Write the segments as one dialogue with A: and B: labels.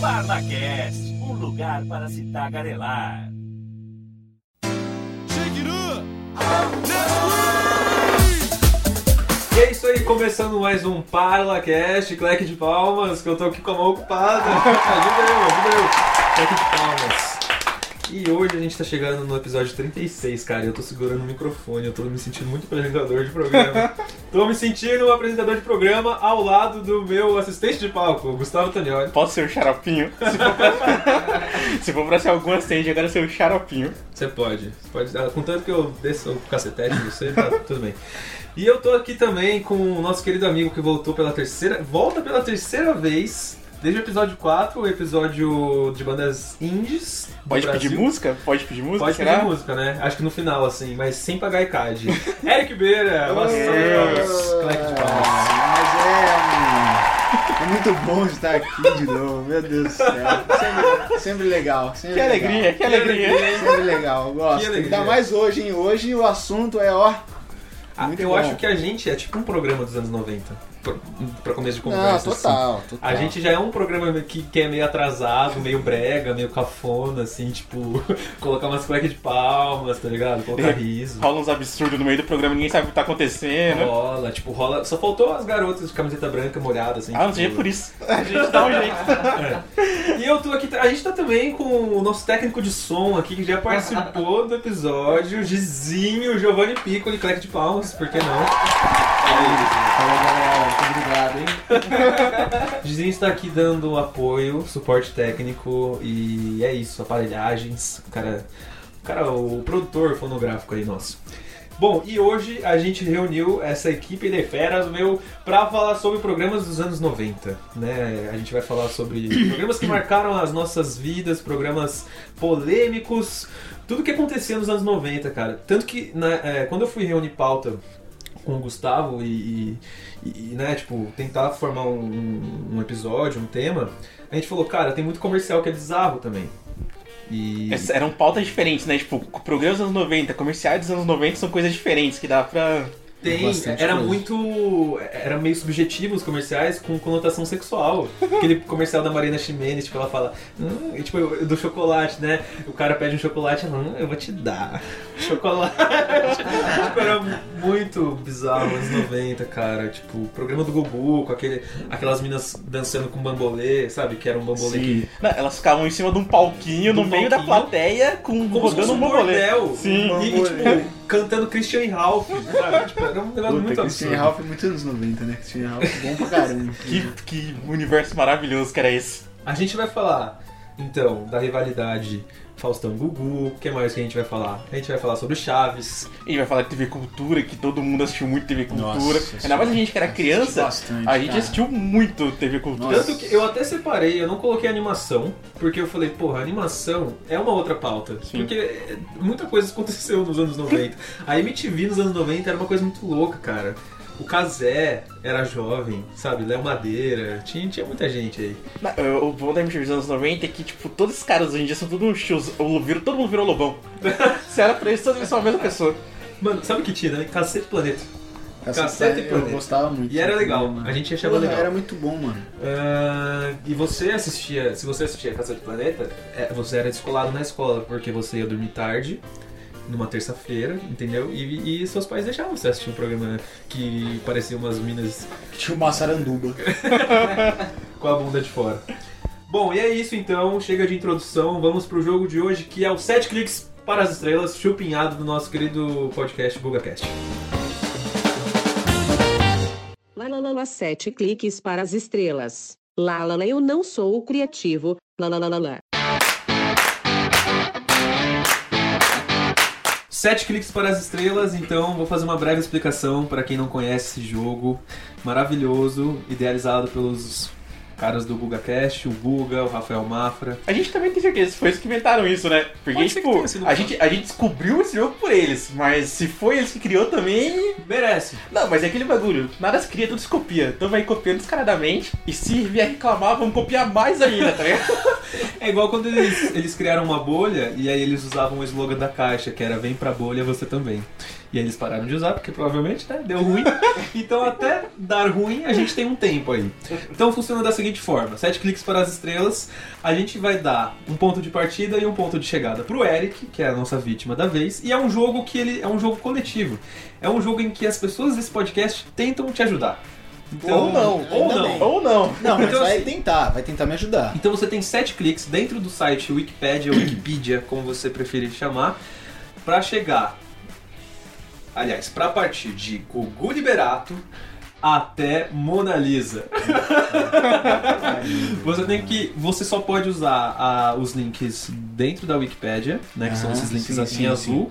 A: Parlacast, um lugar para se tagarelar.
B: E é isso aí, começando mais um ParlaCast, claque de palmas, que eu tô aqui com a mão ocupada. ajuda eu, ajuda eu. Claque de palmas. E hoje a gente tá chegando no episódio 36, cara. e Eu tô segurando o microfone, eu tô me sentindo muito apresentador de programa. tô me sentindo um apresentador de programa ao lado do meu assistente de palco, Gustavo Tanioli.
C: Posso ser o xaropinho? Se for pra, se for pra ser algum stand, eu quero ser o xaropinho.
B: Você pode, você pode. ah, Contanto que eu desça o cacetete de você, tá tudo bem. E eu tô aqui também com o nosso querido amigo que voltou pela terceira. Volta pela terceira vez, desde o episódio 4, o episódio de bandas indies. do
C: Pode
B: Brasil.
C: pedir música? Pode pedir música?
B: Pode
C: será?
B: pedir música, né? Acho que no final, assim, mas sem pagar ICAD. Eric Beira, uma salva de palmas. Claque de palmas.
D: Mas é, é muito bom estar aqui de novo, meu Deus do céu. Sempre, sempre legal. Sempre
C: Que
D: legal.
C: alegria, que alegria.
D: Sempre legal, eu gosto.
B: Que alegria.
D: Ainda mais hoje, hein? Hoje o assunto é, ó.
B: Ah,
D: Muito
B: eu
D: bom.
B: acho que a gente é tipo um programa dos anos 90, pra, pra começo de
D: Não,
B: conversa. assim.
D: total, total.
C: Tá.
B: A gente já é um programa que, que é meio atrasado, meio brega, meio cafona, assim, tipo, colocar umas cuecas de palmas, tá ligado? Colocar riso.
C: Rola uns absurdos no meio do programa, ninguém sabe o que tá acontecendo.
B: Rola, tipo, rola. Só faltou as garotas de camiseta branca molhada, assim.
C: Ah, não
B: tipo-
C: seja por isso. A gente dá um jeito.
B: E eu tô aqui. A gente tá também com o nosso técnico de som aqui, que já participou do episódio, Gizinho, Giovanni Pico, de Claque de Palmas, por que não?
D: Fala galera, muito obrigado, hein?
B: Gizinho está aqui dando apoio, suporte técnico e é isso, aparelhagens, o cara, o cara, o produtor fonográfico aí nosso. Bom, e hoje a gente reuniu essa equipe de feras, meu, pra falar sobre programas dos anos 90, né? A gente vai falar sobre programas que marcaram as nossas vidas, programas polêmicos, tudo que acontecia nos anos 90, cara. Tanto que na- eh, quando eu fui reunir pauta com o Gustavo e, e- e, né, tipo, tentar formar um- um, um episódio, um tema, a gente falou, cara, tem muito comercial que é bizarro também. E.
C: Essa- Eram pautas diferentes, né? Tipo, programas dos anos 90, comerciais dos anos 90 são coisas diferentes que dá pra.
B: Tem,
D: Bastante
B: era
D: coisa.
B: muito. Era meio subjetivo os comerciais com conotação sexual. Aquele comercial da Marina Ximenez, tipo, ela fala. "Hum", e, tipo, eu- do chocolate, né? O cara pede um chocolate, ela, hum, eu vou te dar. Chocolate. tipo, era muito bizarro, anos 90, cara. Tipo, o programa do Gugu, com aquele, aquelas minas dançando com bambolê, sabe? Que era um bambolê que
C: Não, elas ficavam em cima de um palquinho,
B: De um
C: no meio da
B: palquinho.
C: plateia, com,
B: Como se fosse
C: rodando um
B: um
C: borbolê.
B: bordel.
C: Sim.
B: E, e, tipo, cantando Christian Ralph, sabe? Tipo, era um negócio muito
D: Puta,
B: absurdo.
D: Christian Ralph é muito anos 90, né? Christian Ralph é bom pra caramba.
C: Que, que universo maravilhoso que era esse.
B: A gente vai falar, então, da rivalidade Faustão-Gugu, o que mais que a gente vai falar? A gente vai falar sobre o Chaves,
C: A gente vai falar de TV Cultura, que todo mundo assistiu muito TV Cultura.
D: Nossa
C: Ainda mais a gente que era
D: Assisti
C: criança,
D: bastante,
C: a gente
D: cara.
C: assistiu muito TV Cultura.
D: Nossa.
B: tanto que eu até separei, eu não coloquei animação, porque eu falei, porra, animação é uma outra pauta,
C: Sim.
B: porque é, muita coisa aconteceu nos anos 90. a MTV nos anos 90 era uma coisa muito louca, cara. O Kazé era jovem, sabe? Léo Madeira, tinha, tinha muita gente aí.
C: Na- eh, O bom da MTV dos anos 90 é que, tipo, todos esses caras hoje em dia são todos uns tios. O Luviro, todo mundo virou lobão. Se era pra eles, todos eles são a mesma pessoa.
B: Mano, sabe o que tinha, né? Cacete Planeta. Cacete
D: Cacete,
B: e
D: eu
B: Planeta.
D: gostava muito.
B: E era legal,
D: Mano.
B: a gente achava legal.
D: Era muito bom, mano.
B: Ah, e você assistia, se você assistia Casa de Planeta, é, você era descolado na escola, porque você ia dormir tarde, numa terça-feira, entendeu? E, e seus pais deixavam você assistir um programa que parecia umas minas
D: Tinha uma saranduba.
B: com a bunda de fora. Bom, e é isso então, chega de introdução, vamos pro jogo de hoje, que é o 7 cliques para as estrelas, chupinhado do nosso querido podcast BugaCast.
E: Lá, lá, lá, lá, sete cliques para as estrelas. Lá, lá, lá, eu não sou o criativo. Lá, lá, lá, lá, lá.
B: 7 cliques para as estrelas, então vou fazer uma breve explicação para quem não conhece esse jogo maravilhoso, idealizado pelos caras do BugaCast, o Buga, o Rafael Mafra.
C: A gente também tem certeza que foi eles que inventaram isso, né? Porque,
B: Pode ser que
C: tipo,
B: tenha sido
C: a
B: um
C: gente, a gente descobriu esse jogo por eles. Mas se foi eles que criou também.
B: Merece!
C: Não, mas é aquele bagulho. Nada se cria, tudo se copia. Então vai copiando descaradamente. E se vier reclamar, vamos copiar mais ainda, tá ligado?
B: É igual quando eles, eles criaram uma bolha e aí eles usavam o slogan da caixa, que era vem pra bolha você também. E aí eles pararam de usar, porque provavelmente né, deu ruim. Então até dar ruim a gente tem um tempo aí. Então funciona da seguinte forma: sete cliques para as estrelas, a gente vai dar um ponto de partida e um ponto de chegada pro Eric, que é a nossa vítima da vez, e é um jogo que ele é um jogo coletivo. É um jogo em que as pessoas desse podcast tentam te ajudar.
C: Ou não, ou
D: ainda
C: não,
D: bem.
C: ou não.
D: Não, mas
B: Então,
D: vai
B: assim-
D: tentar, vai tentar me ajudar.
B: Então você tem sete cliques dentro do site Wikipedia ou Wikipedia, como você preferir chamar, para chegar. Aliás, para partir de Gugu Liberato até Mona Lisa. Você tem que, você só pode usar ah, os links dentro da Wikipedia, né, que são
D: Ah,
B: esses links
D: sim,
B: assim
D: sim,
B: azul.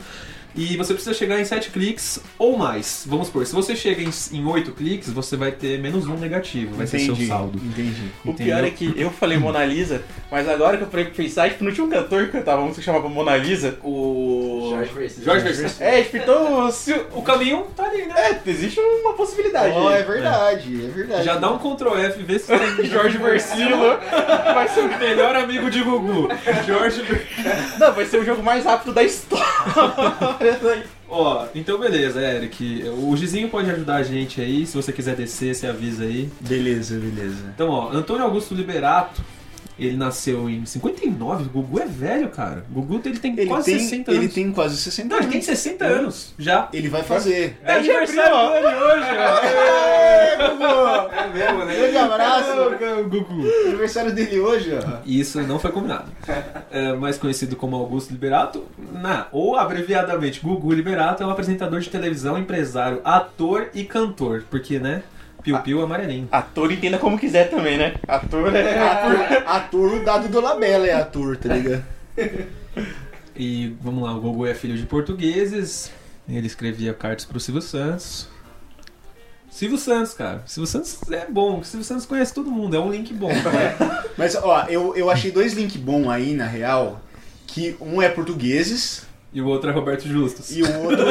B: E você precisa chegar em sete cliques ou mais. Vamos supor, se você chega em- em oito cliques, você vai ter menos um negativo, vai ser seu saldo.
D: Entendi.
C: O
B: Entendeu?
C: pior é que eu falei Mona Lisa, mas agora que eu parei pra pensar, tipo, não tinha um cantor que cantava música que chamava Mona Lisa? O.
B: Jorge Versace.
C: É, tipo, então se o
B: O caminho tá ali, né?
C: É, existe uma possibilidade.
D: Oh, é
C: aí.
D: verdade, é, verdade.
B: Já dá um Ctrl F, vê se tem
C: Jorge Versilo vai ser o melhor.
B: melhor amigo de Gugu. Jorge Ver-
C: Não, vai ser o jogo mais rápido da história.
B: Ó, então beleza, Eric. O Gizinho pode ajudar a gente aí. Se você quiser descer, você avisa aí.
D: Beleza, beleza.
B: Então, ó, Antônio Augusto Liberato. Ele nasceu em 59. O Gugu é velho, cara. O Gugu ele tem
D: Ele,
B: quase
D: tem,
B: 60
D: ele
B: anos.
D: tem quase 60
B: Não, ele
D: anos.
B: tem 60 anos já.
D: Ele vai fazer.
B: É
C: aniversário
B: dele hoje,
D: Gugu!
B: É mesmo,
D: né? Grande abraço!
B: Gugu.
D: Aniversário dele hoje, ó.
B: E isso não foi combinado. É, mais conhecido como Augusto Liberato, na, ou abreviadamente Gugu Liberato, é um apresentador de televisão, empresário, ator e cantor. Porque, né? Piu Piu é amarelinho.
C: Ator entenda como quiser também, né? Ator é.
D: Ator, ator o dado do Labela é ator, tá ligado?
B: E vamos lá, o Gugu é filho de portugueses. Ele escrevia cartas pro Silvio Santos. Silvio Santos, cara. Silvio Santos é bom. Silvio Santos conhece todo mundo. É um link bom. cara.
D: Mas, ó, eu, eu achei dois links bons aí, na real. Que um é portugueses
B: e o outro é Roberto Justus.
D: e o outro,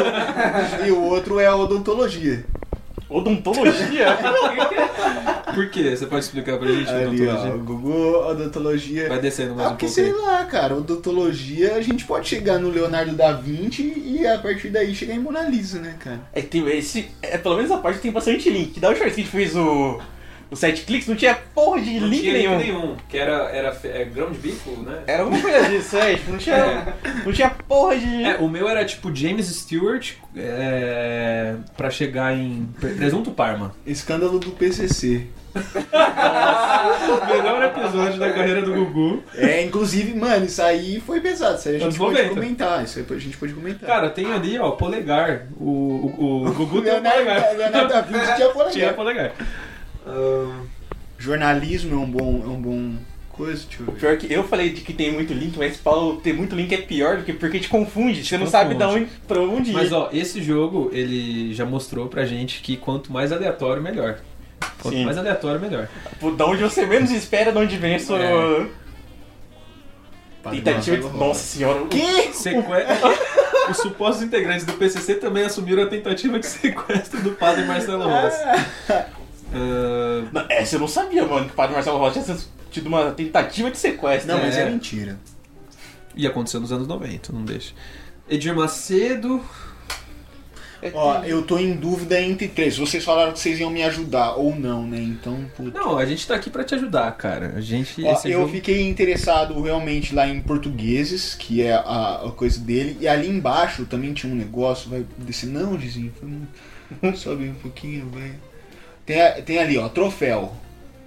D: e o outro é odontologia.
C: Odontologia?
B: Por quê? Você pode explicar pra gente?
D: Ali, ó,
B: odontologia?
D: Google, odontologia.
B: Vai descendo mais
D: Ah,
B: um
D: porque
B: pouco.
D: sei
B: aí.
D: lá, cara, odontologia, a gente pode chegar no Leonardo da Vinci e a partir daí chegar em Mona Lisa, né, cara?
C: É, tem, esse, é, pelo menos a parte tem bastante link. Da última vez que a gente fez o, o 7 cliques, não tinha porra de
A: Não
C: link
A: tinha
C: nenhum.
A: Que era, era fe- é, grão de bico, né?
C: Era alguma coisa disso, é, tipo, não tinha, não tinha porra de.
B: É, o meu era tipo James Stewart é, pra chegar em pre- Presunto Parma.
D: Escândalo do PCC.
B: O melhor episódio da carreira do Gugu.
D: É, inclusive, mano, isso aí foi pesado, isso aí a gente
B: Anos
D: pode
B: 90.
D: comentar, isso aí a gente pode comentar.
B: Cara, tem ali, ó, polegar. O, o, o Gugu
D: o
B: tem um
D: Leonardo,
B: polegar.
D: Leonardo da Vinci tinha por
B: Tinha polegar.
D: Jornalismo é um bom, é um bom coisa, deixa eu ver.
C: Pior que eu falei de que tem muito link, mas Paulo, ter muito link é pior do que porque te confunde. você não
B: confunde.
C: sabe da onde, pra onde ir.
B: Mas ó, esse jogo, ele já mostrou pra gente que quanto mais aleatório, melhor. Quanto
C: Sim.
B: mais aleatório, melhor.
C: Pô, Da Tipo, onde você menos espera, de onde vem a sua
B: É.
C: tentativa. de- Nossa senhora. Que?
B: Sequé... Os supostos integrantes do PCC também assumiram a tentativa de sequestro do padre Marcelo Rossi. Ah,
C: Essa eu não sabia, mano, que o padre Marcelo Rocha tinha tido uma tentativa de sequestro.
D: Não,
C: né?
D: mas é
B: É.
D: mentira.
B: E aconteceu nos anos 90, não deixa. Edir Macedo. É
D: Ó, eu tô em dúvida entre três. Vocês falaram que vocês iam me ajudar ou não, né? Então, puta.
B: Não, a gente tá aqui pra te ajudar, cara. A gente.
D: Ó,
B: esse
D: eu
B: jogo-
D: fiquei interessado realmente lá em portugueses, que é a, a coisa dele, e ali embaixo também tinha um negócio, vai descer. Não, Gizinho, foi muito- sobe um pouquinho, vai. Tem, a- tem ali, ó, troféu.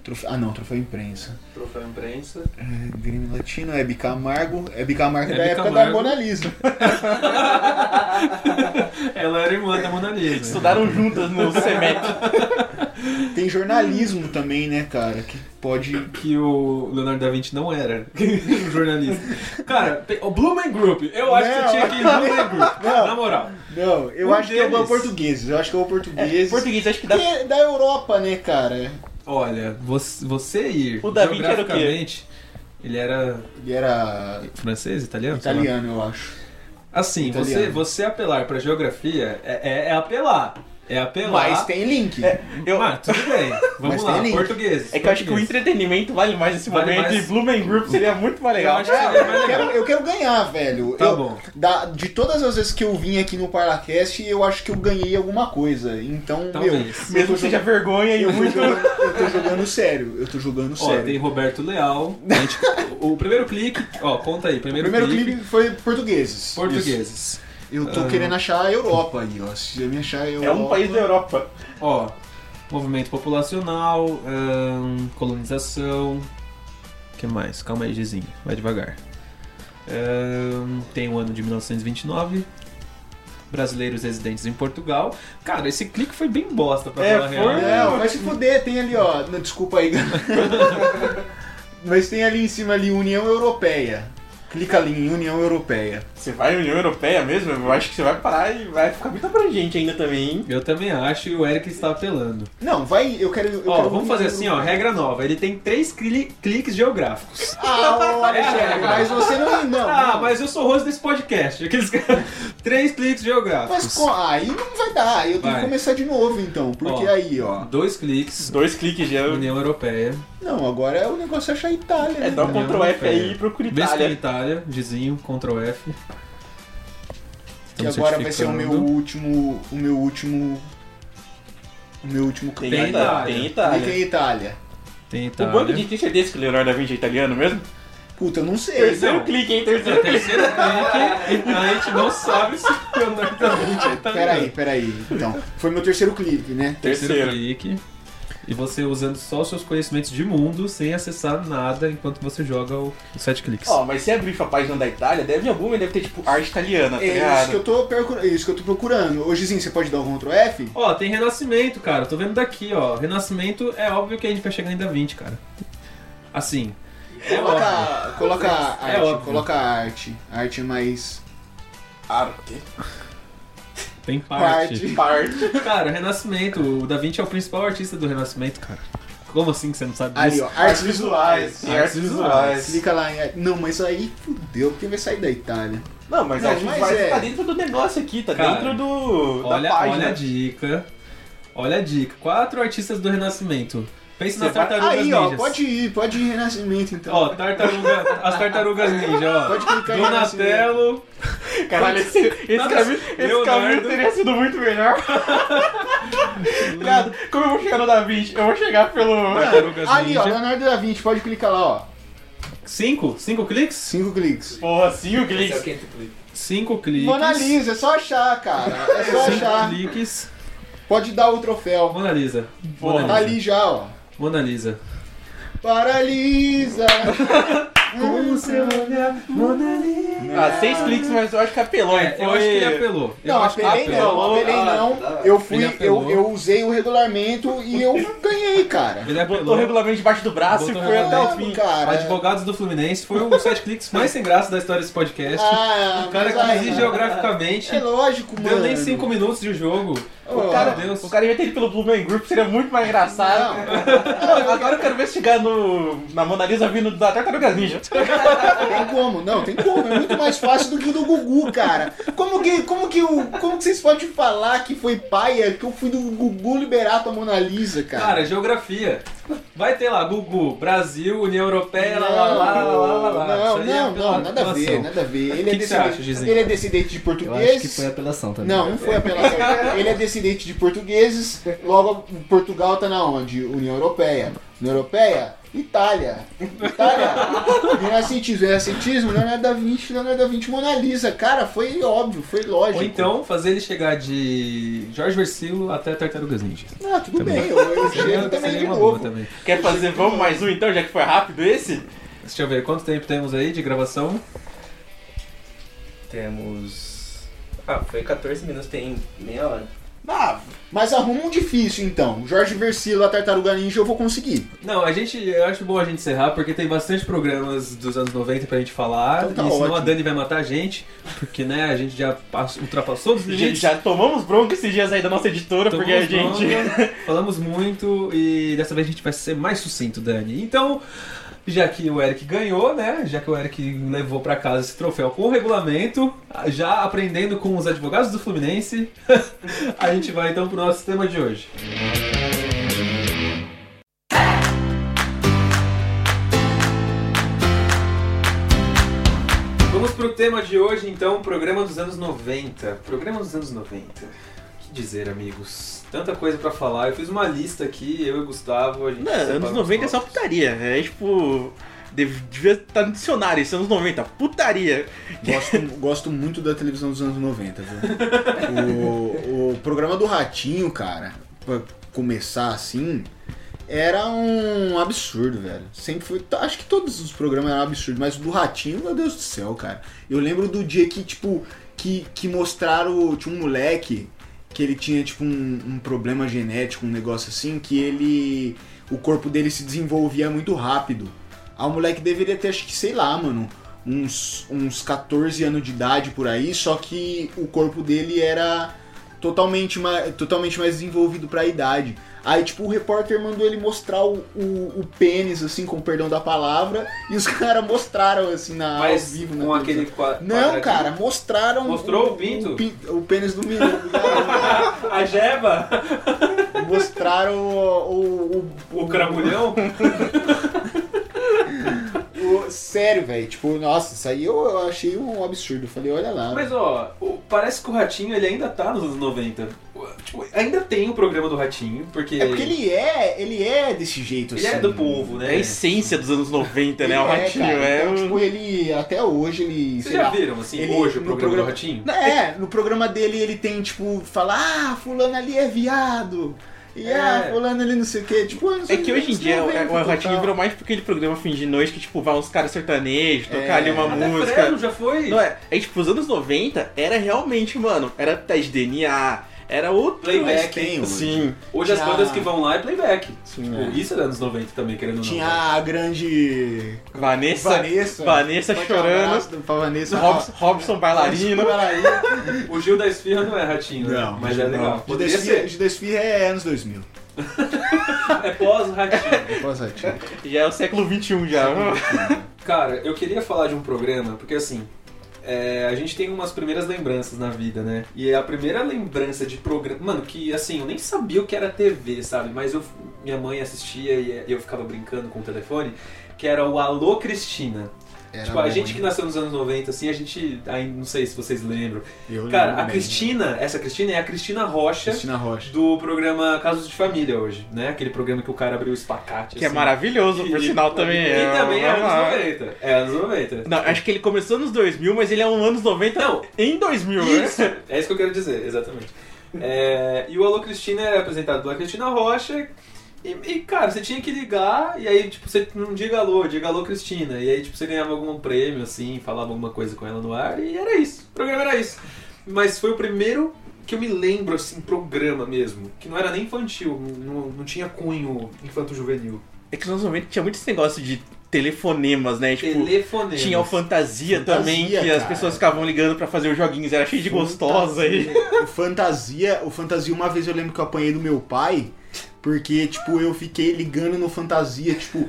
D: Trofe- Ah não, troféu imprensa.
A: Troféu imprensa.
D: É, Grêmio Latino, Hebe Camargo. Hebe Camargo é
B: Hebe
D: da época da
B: Camargo.
D: Mona Lisa.
B: Ela era irmã da Mona Lisa.
C: Estudaram juntas no CEMEC.
D: Tem jornalismo também, né, cara? Que pode.
B: Que o Leonardo da Vinci não era um jornalista. Cara, tem- o Blumen Group. Eu acho que
D: Não.
B: você tinha que ir no Blumen Group.
D: Não.
B: Na moral.
D: Não, eu
B: Um
D: acho que eu vou
B: deles.
D: portugueses. Eu acho que eu vou portugueses.
C: Português, acho que dá.
D: Que é da Europa, né, cara?
B: Olha, você, você ir.
C: O da Vinci era o quê?
B: geograficamente, Ele era
D: Ele era
B: francês, italiano? sei lá.
D: italiano, eu acho.
B: Assim, você,
D: Italiano.
B: você apelar pra geografia é, é- é apelar. É apelar.
D: Mas tem link.
C: Eu,
B: Ah, tudo bem. Vamos
D: Mas
B: lá,
D: tem link.
B: português.
C: é que eu acho que o
B: português.
C: entretenimento vale mais nesse
B: Vale
C: momento
B: mais.
C: e Blue Man Group seria muito mais
B: Eu
C: legal.
B: acho que
D: É,
B: seria mais
D: eu quero,
B: legal.
D: eu quero ganhar, velho.
B: Tá
D: Eu-
B: bom.
D: da- de todas as vezes que eu vim aqui no Parlacast, eu acho que eu ganhei alguma coisa. Então, meu,
B: Talvez.
C: Mesmo que seja vergonha e
D: eu tô,
C: muito.
D: jogando, eu tô jogando sério. Eu tô jogando
B: Ó,
D: sério.
B: tem Roberto Leal. A gente- o primeiro clique, ó, conta aí.
D: O
B: Primeiro,
D: primeiro
B: clique,
D: clipe foi portugueses.
B: portugueses.
D: Isso. Eu tô
B: Ah.
D: querendo achar a Europa aí, ó. Se eu me achar a Europa.
C: É um país da Europa.
B: Ó, movimento populacional, ahn, colonização. que mais? Calma aí, Gizinho, vai devagar. Ahn, tem o ano de 1929. Brasileiros residentes em Portugal. Cara, esse clique foi bem bosta pra
C: É,
B: falar a real.
C: foi.
D: Não, vai se fuder, tem ali, ó. Não, desculpa aí. Mas tem ali em cima ali União Europeia. Clica ali em União Europeia.
C: Você vai na União Europeia mesmo? Eu acho que você vai parar e vai ficar muito abrangente ainda também, hein?
B: Eu também acho e o Eric está apelando.
D: Não, vai, eu quero. Eu
B: Ó,
D: quero um
B: vamos fazer assim, ó, regra nova. Ele tem três cli- cliques geográficos.
D: Ah, ô, Alexandre, mas você não. não
B: Ah,
D: não.
B: mas eu sou o rosto desse podcast. Aqueles caras- três cliques geográficos.
D: Mas co- aí não vai dar, aí eu tenho
B: Vai.
D: que começar de novo então, porque
B: Ó.
D: aí, ó.
B: Dois cliques.
C: Dois cliques já.
B: União Europeia.
D: Não, agora é o negócio é achar a Itália.
C: É
D: né?
C: dar um
B: União
C: Ctrl F aí
B: Europeia.
C: e procura
B: Mestre
C: Itália.
B: Itália, Gizinho, Ctrl F.
D: que
B: Estamos
D: agora vai ser o meu
B: certificando.
D: último. O meu último. O meu último
C: Tem
D: clipe.
C: Itália. Tem
B: Itália.
D: E
C: Itália.
D: tem Itália.
B: Tem
C: O
B: Itália.
C: bando de tem certeza que o Leonardo da Vinci é italiano mesmo?
D: Puta, eu não sei.
C: Terceiro
B: não.
C: clique, hein?
B: É
C: Terceiro
B: o
C: clique.
B: terceiro clique e a gente não sabe se o Leonardo da Vinci é italiano.
D: então. Peraí, peraí. Então, foi meu terceiro clipe, né?
B: Terceiro,
C: Terceiro.
B: clique. E você usando só os seus conhecimentos de mundo, sem acessar nada, enquanto você joga o- os sete cliques.
C: Ó, mas se abrir a página da Itália, deve em alguma deve ter tipo arte italiana, tá
D: É isso que
C: ligado?
D: eu tô, percu- é isso que eu tô procurando. Ô, Gizinho, você pode dar um Ctrl F?
B: Ó, tem Renascimento, cara. Tô vendo daqui, ó. Renascimento é óbvio que a gente vai chegar em Da Vinci, cara. Assim. É óbvio.
D: Coloca, coloca a
B: É
D: arte,
B: óbvio.
D: coloca a arte. A Arte é mais
C: Arte.
B: Tem
D: parte.
B: parte.
C: Parte.
B: Cara, Renascimento. O Da Vinci é o principal artista do Renascimento, cara. Como assim que você não sabe
D: Ali,
B: disso?
D: ó, artes visuais.
C: Sim, artes visuais.
D: Clica É, lá em. Não, mas aí fudeu, porque vai sair da Itália.
C: Não, mas
D: Não,
C: acho que
D: mas
C: vai
D: é.
C: tá dentro do negócio aqui, tá
B: Cara,
C: dentro do.
B: Olha,
C: da página.
B: olha a dica. Olha a dica. Quatro artistas do Renascimento. Pensa
C: Você
B: nas
C: vai-
B: tartarugas
D: Aí,
B: ninjas.
D: ó, pode ir, pode ir em Renascimento então.
B: Ó, tartaruga, as tartarugas ninja, ó.
D: Pode clicar em Renascimento.
B: Donatello.
C: Caralho, esse, esse,
B: Nada-
C: caminho, esse
B: Leonardo.
C: caminho teria sido muito melhor. Viado, como eu vou chegar no Da Vinci? Eu vou chegar pelo.
B: Tartarugas
D: Ah, Ali, ó,
B: ninja.
D: Leonardo da Vinci, pode clicar lá, ó.
B: Cinco? Cinco cliques?
D: Cinco cliques.
C: Porra, Ah, sim, o
A: Esse é o
C: Glitz.
A: quinto clique.
B: Cinco cliques.
D: Mona Lisa, é só achar, cara. É só
B: Cinco
D: achar.
B: cliques.
D: Pode dar o troféu.
B: Mona Lisa.
C: Porra.
D: Tá
B: Mona Lisa.
D: ali já, ó.
B: Mona Lisa.
D: Paralisa.
B: Com o seu olhar, Mona Lisa.
C: Ah, seis cliques, mas eu acho que apelou, hein?
B: É, eu acho que ele apelou. Eu
D: Não,
B: acho que ele
D: apelei
B: apelou. tá.
D: não, apelei
C: Ah,
D: não. Eu fui,
B: Ele
D: eu,
B: apelou.
D: eu usei o regulamento e eu ganhei, cara.
B: Ele
C: Botou o
B: apelou.
C: regulamento debaixo do braço
B: Botou
C: e foi até o
D: Claro,
C: fim.
D: cara.
B: Advogados do Fluminense foi um sete cliques mais sem graça da história desse podcast.
D: Ah,
B: o cara
D: mas
B: que
D: aí-
B: exige geograficamente.
D: É lógico, mano.
B: Deu nem cinco minutos de jogo.
D: Ô,
C: O cara,
B: Meu Deus.
C: o cara ia ter ido pelo Blue Man Group, seria muito mais engraçado. Agora eu quero ver se chegar no, na Mona Lisa vindo da Tartaruga Ninja.
D: Tem como, não, tem como. É muito mais fácil do que o do Gugu, cara. Como que, como que, o, como que vocês podem falar que foi paia, que eu fui do Gugu liberar a Mona Lisa,
B: Cara,
D: cara?
B: geografia. Vai ter lá, Gugu, Brasil, União Europeia, é, lá, lá, lá, lá, lá, lá, lá.
D: não,
B: Isso aí é
D: não,
B: pela
D: não, nada a ver,
B: apelação.
D: nada a ver. Ele,
B: Que
D: é,
B: que você
D: descendente-
B: acha, Gizinho?
D: ele é descendente de
F: Eu
D: português.
F: acho que foi apelação também.
D: Não, não foi apelação. Ele é descendente de portugueses. Logo, Portugal tá na onde? União Europeia. União Europeia? Itália. Itália. Renascentismo. Renascentismo, Leonardo da Vinci, Leonardo da Vinci, Mona Lisa. Cara, foi óbvio, foi lógico.
B: Ou então, fazer ele chegar de Jorge Versilo até Tartarugas Ninja.
D: Ah, tudo bem, eu, eu chego
B: Seria-
D: também
B: seria
D: de
B: uma boa
D: novo.
B: também.
C: Quer fazer, vamos mais um então, já que foi rápido esse?
B: Deixa eu ver, quanto tempo temos aí de gravação?
A: Temos. Ah, foi 14 minutos, tem meia hora.
C: Ah,
D: Mas arruma um difícil, então. Jorge Versilo, a Tartaruga Ninja, eu vou conseguir.
B: Não, a gente, eu acho bom a gente encerrar, porque tem bastante programas dos anos 90 pra gente falar.
D: Então tá
B: e senão
D: ótimo.
B: a Dani vai matar a gente, porque né, a gente já passou- ultrapassou os
C: gente,
B: limites.
C: já tomamos bronca esses dias aí da nossa editora, porque a
B: Tomamos
C: gente.
B: bronca, falamos muito e dessa vez a gente vai ser mais sucinto, Dani. Então, Já que o Eric ganhou, né? Já que o Eric levou pra casa esse troféu com o regulamento, já aprendendo com os advogados do Fluminense, a gente vai então pro nosso tema de hoje. Vamos pro tema de hoje, então, programa dos anos 90. Programa dos anos 90. O que dizer, amigos? Tanta coisa pra falar. Eu fiz uma lista aqui, eu e o Gustavo, a gente
C: Não,
B: separou
C: anos
B: os
C: 90 é só
B: nossos.
C: putaria. É tipo. dev- Devia estar no dicionário, isso é anos 90. Putaria.
D: Gosto, gosto muito da televisão dos anos 90, viu? O, o programa do Ratinho, cara, pra começar assim, era um absurdo, velho. Sempre foi. t- Acho que todos os programas eram absurdos, mas o do Ratinho, meu Deus do céu, cara. Eu lembro do dia que, tipo, que, que mostraram. Tinha um moleque que ele tinha, tipo, um, um problema genético, um negócio assim, que ele. O corpo dele se desenvolvia muito rápido. Ah, o moleque deveria ter, acho que, sei lá, mano, uns, uns 14 anos de idade por aí, só que o corpo dele era totalmente, ma totalmente mais desenvolvido pra idade. Aí, tipo, o repórter mandou ele mostrar o, o, o pênis, assim, com o perdão da palavra, e os caras mostraram, assim, na, ao
B: Mas
D: vivo. na
B: com
D: televisão.
B: aquele qua-
D: Não,
B: quadradinho.
D: cara, mostraram.
B: Mostrou o pinto?
D: O, pin- o pênis do menino. cara.
B: A Jeba,
D: mostraram o. O, o,
B: o cramulhão.
D: o- sério, velho. Tipo, nossa, isso aí eu, eu achei um absurdo. Eu Falei, olha lá.
B: Mas ó, o- parece que o Ratinho ele ainda tá nos anos 90. Tipo, ainda tem o programa do Ratinho, porque.
D: É porque ele é, ele é desse jeito,
B: ele
D: assim.
B: é do povo,
C: É a
B: né?
C: essência dos anos 90, né? O
D: Ele é,
C: ratinho.
D: cara.
C: É,
D: Então,
C: o-
D: tipo, ele até hoje ele.
B: Vocês
D: sei
B: já
D: lá,
B: viram, assim,
D: ele-
B: hoje o
D: no
B: programa, do
D: programa-
B: Ratinho?
D: É, no programa dele ele tem, tipo, fala, ah, fulano ali é viado. E ah,
B: É.
D: fulano ali não sei o quê. Tipo, eu não
C: É
D: sei
C: que hoje em
D: isso
C: dia
D: não
C: o,
D: vem
C: o
D: total.
C: Ratinho virou mais porque aquele programa fim de noite que, tipo, vai uns caras sertanejos, tocar
D: É.
C: ali uma
B: Até
C: música.
B: Fresno já foi.
C: Não é? É tipo, os anos 90 era realmente, mano, era teste de DNA, era outro.
B: Playback.
D: Mas tem hoje.
C: Sim,
B: Hoje as
D: Já.
B: bandas que vão lá é playback.
C: sim.
B: Tipo, isso é anos 90 também, querendo ou não.
D: Tinha a grande.
C: Vanessa.
D: Vanessa. é
C: Vanessa
D: Forte
C: chorando.
D: abraço Pra Vanessa.
C: Robson, Robson bailarino.
D: Bailarino.
B: O Gil da Esfirra não é Ratinho, né? mas é legal.
D: não.
B: Poderia
D: Desfile-
B: ser.
D: de desfile é anos 2000.
B: É pós-Ratinho.
D: Posso atirar.
C: Já é o século XXI já.
B: Cara, eu queria falar de um programa, porque assim, é, a gente tem umas primeiras lembranças na vida, né? E a primeira lembrança de programa. Mano, que assim, eu nem sabia o que era TV, sabe? Mas eu, minha mãe assistia e eu ficava brincando com o telefone, que era o Alô Cristina.
D: Era
B: tipo, a
D: bom,
B: gente
D: hein?
B: que nasceu nos anos 90, assim, a gente. Ainda não sei se vocês lembram.
D: Eu
B: Cara,
D: lembro
B: a
D: bem.
B: Cristina, essa Cristina é a Cristina Rocha.
D: Cristina Rocha.
B: Do programa Casos de Família hoje, né? Aquele programa que o cara abriu o espacate.
C: Que é
B: assim.
C: maravilhoso, por
B: E-
C: sinal também.
B: E
C: é,
B: também é
C: uma-
B: anos 90. É anos 90.
C: Não, acho que ele começou nos 2000, mas ele é um anos 90
B: Não.
C: em 2000,
B: Isso,
C: né?
B: é isso que eu quero dizer, exatamente. É, e o Alô Cristina era apresentado pela Cristina Rocha. E, e, cara, você tinha que ligar, e aí, tipo, você não diga alô, diga alô Cristina. E aí, tipo, você ganhava algum prêmio, assim, falava alguma coisa com ela no ar, e era isso. O programa era isso. Mas foi o primeiro que eu me lembro, assim, programa mesmo. Que não era nem infantil, não, não tinha cunho infanto-juvenil.
C: É que nos anos 90 tinha muito esse negócio de telefonemas, né? Tipo,
B: Telefonema.
C: tinha o fantasia,
D: Fantasia,
C: também, que as
D: cara.
C: pessoas ficavam ligando pra fazer os joguinhos, era cheio de gostosa aí.
D: O Fantasia, o Fantasia, uma vez eu lembro que eu apanhei do meu pai, porque, tipo, eu fiquei ligando no Fantasia, tipo,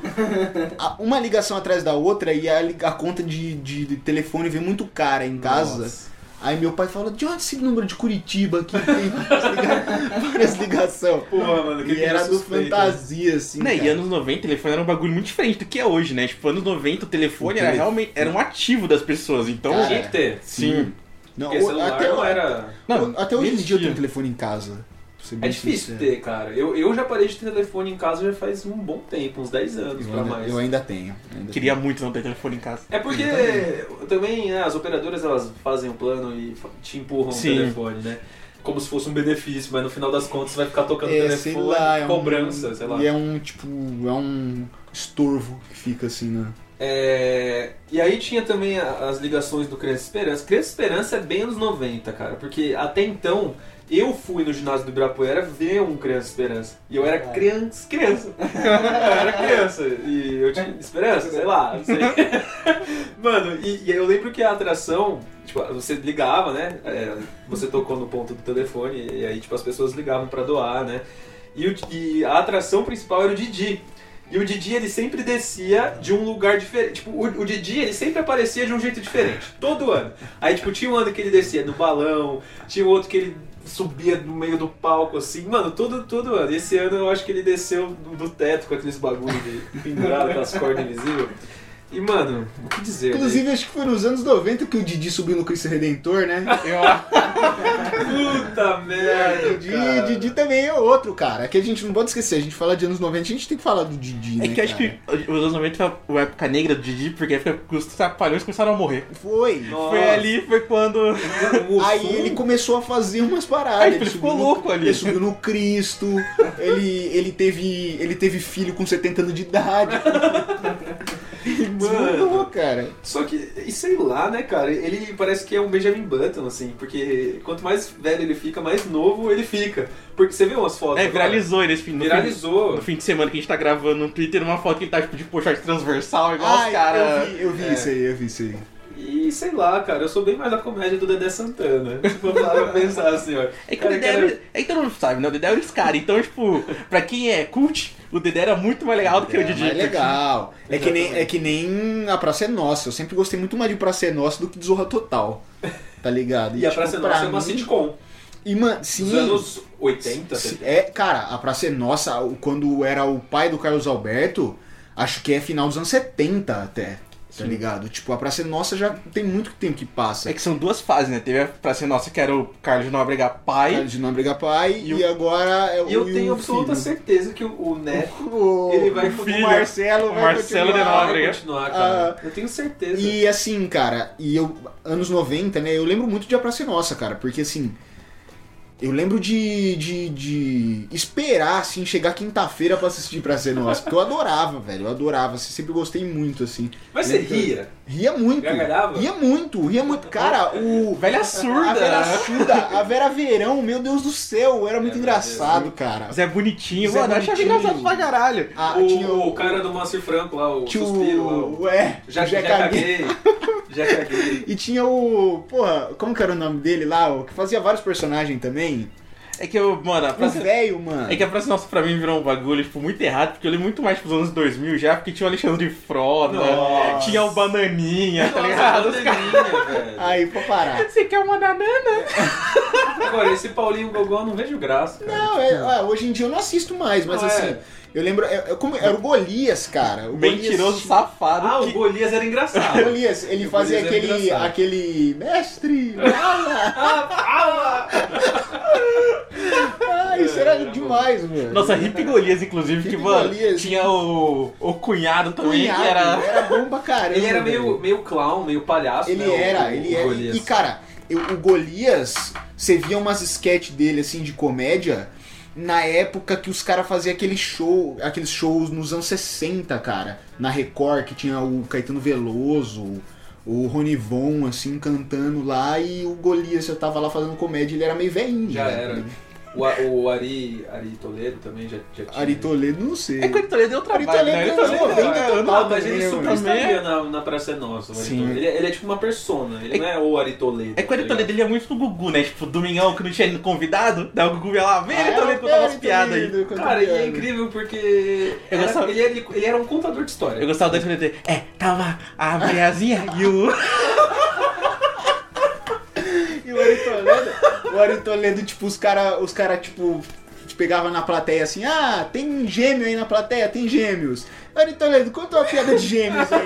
D: a- uma ligação atrás da outra e a, li- a conta de, de- de telefone veio muito cara em casa. Aí meu pai falou, de onde esse número de Curitiba aqui tem várias liga- várias ligações?
B: Porra, mano, que
D: E era do
B: suspeito.
D: Fantasia, assim,
C: Né,
D: cara.
C: e anos 90 o telefone era um bagulho muito diferente do que é hoje, né? Tipo, anos 90 o telefone
D: O
C: era
D: telefone.
C: realmente era um ativo das pessoas, então.
D: Cara,
B: Tinha que ter.
C: sim.
D: Não,
B: Porque celular
D: até,
B: não era...
C: Não,
D: até hoje em dia eu
C: existia.
D: tenho telefone em casa. pra ser
B: É
D: bem
B: difícil
D: sincero.
B: ter, cara. Eu, eu já parei de ter telefone em casa já faz um bom tempo, uns 10 anos
D: Eu
B: pra
D: ainda,
B: mais.
D: eu ainda tenho. ainda
C: Queria muito não ter telefone em casa.
B: É porque também né, as operadoras elas fazem o plano e fa- te empurram
C: Sim.
B: o telefone, né? Como se fosse um benefício, mas no final das contas você vai ficar tocando
D: É, sei
B: telefone,
D: lá, é um-
B: cobrança, sei lá.
D: E é um, tipo, é um estorvo que fica assim, né?
B: É, E aí tinha também a- as ligações do Criança Esperança. Criança Esperança é bem anos 90, cara, porque até então eu fui no ginásio do Ibirapuera ver um Criança Esperança. E eu era criança, criança. eu era criança. E eu tinha esperança, sei lá, não sei. Mano, e, e eu lembro que a atração, tipo, você ligava, né? É, você tocou no ponto do telefone e aí, tipo, as pessoas ligavam pra doar, né? E, o- e a atração principal era o Didi. E o Didi, ele sempre descia de um lugar diferente. Tipo, o, o Didi, ele sempre aparecia de um jeito diferente. Todo ano. Aí, tipo, tinha um ano que ele descia do balão, tinha um outro que ele subia no meio do palco, assim. Mano, todo, todo ano. Esse ano eu acho que ele desceu do, do teto com aqueles bagulho de pendurado com as cordas invisíveis. E, mano, o que dizer? né?
D: Inclusive, acho que foi nos anos 90 que o Didi subiu no Cristo Redentor, né?
B: Puta merda,
D: Didi, Didi também é outro, cara. Aqui a gente não pode esquecer, a gente fala de anos 90, a gente tem que falar do Didi,
C: É
D: né,
C: que eu acho
D: cara?
C: que os anos 90 foi a época negra do Didi, porque a época que os trapalhões começaram a morrer.
D: Foi.
B: Nossa.
C: Foi ali, foi quando.
D: Aí ele começou a fazer umas paradas.
C: Aí ele ficou
D: Ah, subiu no-
C: louco ali.
D: Ele subiu no Cristo, ele, ele, teve, ele teve filho com 70 anos de idade. Desmorou, cara.
B: Só que, e sei lá, né, cara? Ele parece que é um Benjamin Button, assim, porque quanto mais velho ele fica, mais novo ele fica. Porque você viu umas fotos.
C: É,
B: agora?
C: viralizou ele nesse fim. no fim-
B: Viralizou.
C: No fim de semana que a gente tá gravando no Twitter uma foto que ele tá tipo de pochete transversal, igual
D: Ai,
C: os caras.
D: Eu vi, eu vi
B: É.
D: isso aí, eu vi isso aí.
B: E sei lá, cara, eu sou bem mais da comédia do Dedé Santana. Se for parar pra pensar assim, ó.
C: É que
B: Cara,
C: o Dedé era...
B: cara,
C: É que todo mundo sabe, né? O Dedé era esse cara. Então, tipo, pra quem é cult, o Dedé era muito mais legal do que o Didi.
D: É legal. É que, nem,
B: né? Exatamente.
D: é que nem a Praça é Nossa. Eu sempre gostei muito mais de Praça é Nossa do que de Zorra Total. Tá ligado?
B: E a
D: tipo,
B: Praça é
D: pra
B: Nossa é uma
D: mim-
B: sitcom.
D: E, mano, sim.
B: Dos anos 80,
D: Se-
B: sei
D: É, cara, a Praça é Nossa, o- quando era o pai do Carlos Alberto, acho que é final dos anos 70 até, tá ligado? Tipo, a Praça é Nossa já tem muito tempo que passa.
C: É que são duas fases, né? Teve a Praça Nossa, que era o Carlos Nóbrega pai.
D: Carlos de Nóbrega pai
C: E
D: e,
C: o-
D: agora é o
B: lá. E eu
D: e o
B: tenho absoluta
D: filho.
B: certeza que o, o Neto
D: O,
B: Ele vai
D: o
B: pro
C: filho.
D: Marcelo vai
C: Marcelo de né?
D: continuar.
C: Nóbrega.
B: vai continuar, cara. eu tenho certeza.
D: Ah. E assim, cara, e eu anos 90, né? Eu lembro muito de A Praça é Nossa, cara, porque assim, eu lembro de, de, de esperar assim chegar quinta-feira pra assistir Praça é Nossa, porque eu adorava, velho, eu adorava, assim, sempre gostei muito assim.
B: Mas você ria.
D: Ria muito.
B: Gargalhava?
D: Ria muito, ria muito. Cara, o
C: Velha
D: a Vera
C: surda.
D: Suda, a Vera Verão, meu Deus do céu, era muito
B: É,
D: engraçado, cara.
C: Zé Bonitinho,
D: Zé
C: mano, eu achava
D: Bonitinho.
C: engraçado pra caralho.
D: Ah,
B: o,
D: tinha
B: o cara do Moacir Franco lá, o
D: tinha
B: Suspiro. lá, o-
D: o, é,
B: Já,
D: o
B: já,
D: Jeca Mim.
B: caguei. já caguei.
D: E tinha o. Porra, como que era o nome dele lá? O que fazia vários personagens também.
C: É que eu, mano, a
D: O
C: Praça
D: velho, mano.
C: É que a Praça Nossa pra mim virou um bagulho, tipo, muito errado, porque eu li muito mais pros anos 2000 já, porque tinha o Alexandre Frota,
B: Nossa.
C: tinha o Bananinha, tá ligado?
B: Nossa, bandeirinha, velho.
D: Aí, pra parar.
C: Você quer uma banana?
B: Agora, esse Paulinho Gogol eu não vejo graça, cara.
D: Não, é- ah, hoje em dia eu não assisto mais, mas
B: Não,
D: assim.
B: é.
D: Eu lembro. é- é como, era o Golias, cara. O Golias
C: Mentiroso
D: tinha-
C: safado.
B: Ah, o
C: que-
B: Golias era
D: O
B: engraçado.
D: Golias, ele
B: O
D: fazia
B: Golias era
D: aquele.
B: engraçado.
D: aquele. Mestre! Fala! Ah, isso
B: É,
D: era
B: era bom.
D: demais, mano.
C: Nossa, Hip Golias, inclusive, que,
D: Hip
C: mano,
D: Golias.
C: tinha o, o cunhado também,
D: Cunhado,
C: que era...
D: bom pra caramba.
B: Ele era
D: velho.
B: meio, meio clown, meio palhaço.
D: Ele
B: né, o-
D: era,
B: o
D: ele era.
B: Golias.
D: E cara, eu- o Golias, você via umas sketch dele assim de comédia na época que os caras faziam aquele show, aqueles shows nos anos 60, cara, na Record que tinha o Caetano Veloso, o Ronivon assim cantando lá e o Golias já tava lá fazendo comédia, ele era meio velhinho,
B: Já
D: né?
B: era. O, A- o Ari, Ari Toledo também já, já tinha.
D: Ari Toledo, não sei.
C: É que o Toledo deu trabalho,
D: Toledo
C: né?
D: deu
C: Ele também-
D: trabalho.
C: é,
D: Toledo
B: Ah, mas ele
D: também,
B: super
D: mano.
B: estaria na, na Praça é Nossa. o Ari
D: Sim.
B: Toledo. Ele, ele é tipo uma persona, ele
C: É-
B: não é o Ari Toledo.
C: É que o Ari
B: tá
C: Toledo ele é muito do Gugu, né? Tipo, domingão que não tinha convidado, daí o Gugu ia lá, vem
D: Ah,
C: ele
D: era
C: também
D: o
C: contar umas
D: Ari
C: piadas aí.
D: Toledo, contando
B: Cara, e é
D: piada.
B: incrível porque.
C: Eu
B: era-
C: gostava-
B: ele, ele- ele era um contador de história.
C: Eu gostava da FNT. É, tava a Mariazinha e o.
D: E o Ari Toledo, o Ari Toledo, tipo, os caras, os cara, tipo, pegavam na plateia assim, ah, tem gêmeo aí na plateia, tem gêmeos. Ari Toledo, conta uma piada de gêmeos aí.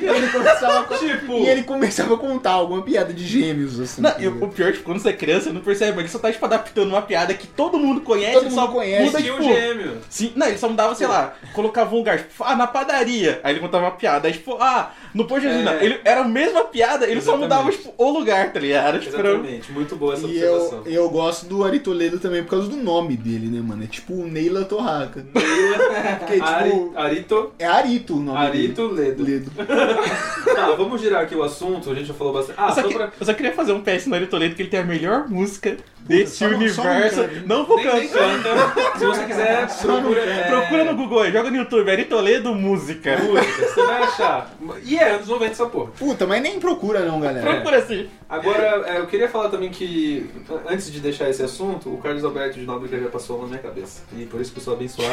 D: E ele começava a con-
B: Tipo-
D: E ele começava a contar alguma piada de gêmeos, assim.
C: Não,
D: tá
C: e o
D: ligado?
C: o pior, tipo, quando você é criança, você não percebe, mas ele só tá tipo, adaptando uma piada que todo mundo conhece,
D: Todo
C: ele
D: mundo
C: só
D: conhece.
C: muda,
B: Tinha
C: tipo.
B: um gêmeo.
C: Sim, não, ele só mudava,
B: É.
C: sei lá, colocava um lugar, tipo, ah, na padaria. Aí ele contava uma piada, aí, tipo, ah, no Pão de Jesus.
B: É.
C: Não, ele era a mesma piada, ele só
B: Exatamente.
C: mudava, tipo, o lugar, tá ligado? Tipo, era-
B: Exatamente, muito boa essa
D: E
B: observação.
D: eu, eu gosto do Ari Toledo também por causa do nome dele, né, mano? É tipo o Neila Torraca. Porque, tipo,
B: Ari, Arito,
D: é Arito o nome dele.
B: Arito Ledo.
D: Toledo.
B: Tá, vamos girar aqui o assunto, a gente já falou bastante. Ah,
C: Eu só,
B: só
C: que-
B: pra.
C: eu só queria fazer um PS no Ari Toledo, que ele tem a melhor música desse
B: um-
D: só não- só não
C: universo.
D: canta, hein?
C: não, vou
B: Nem, nem
C: cantar.
B: canta. Se você quiser, procura, é,
C: Procura no Google aí, joga no YouTube, Ari Toledo Música.
B: música, você vai achar. E é, anos 90 essa porra.
D: Puta, mas nem procura não, galera.
C: Procura assim.
B: Agora, é, eu queria falar também que, antes de deixar esse assunto, o Carlos Alberto de Nóbrega já passou na minha cabeça. E por isso que eu sou abençoado.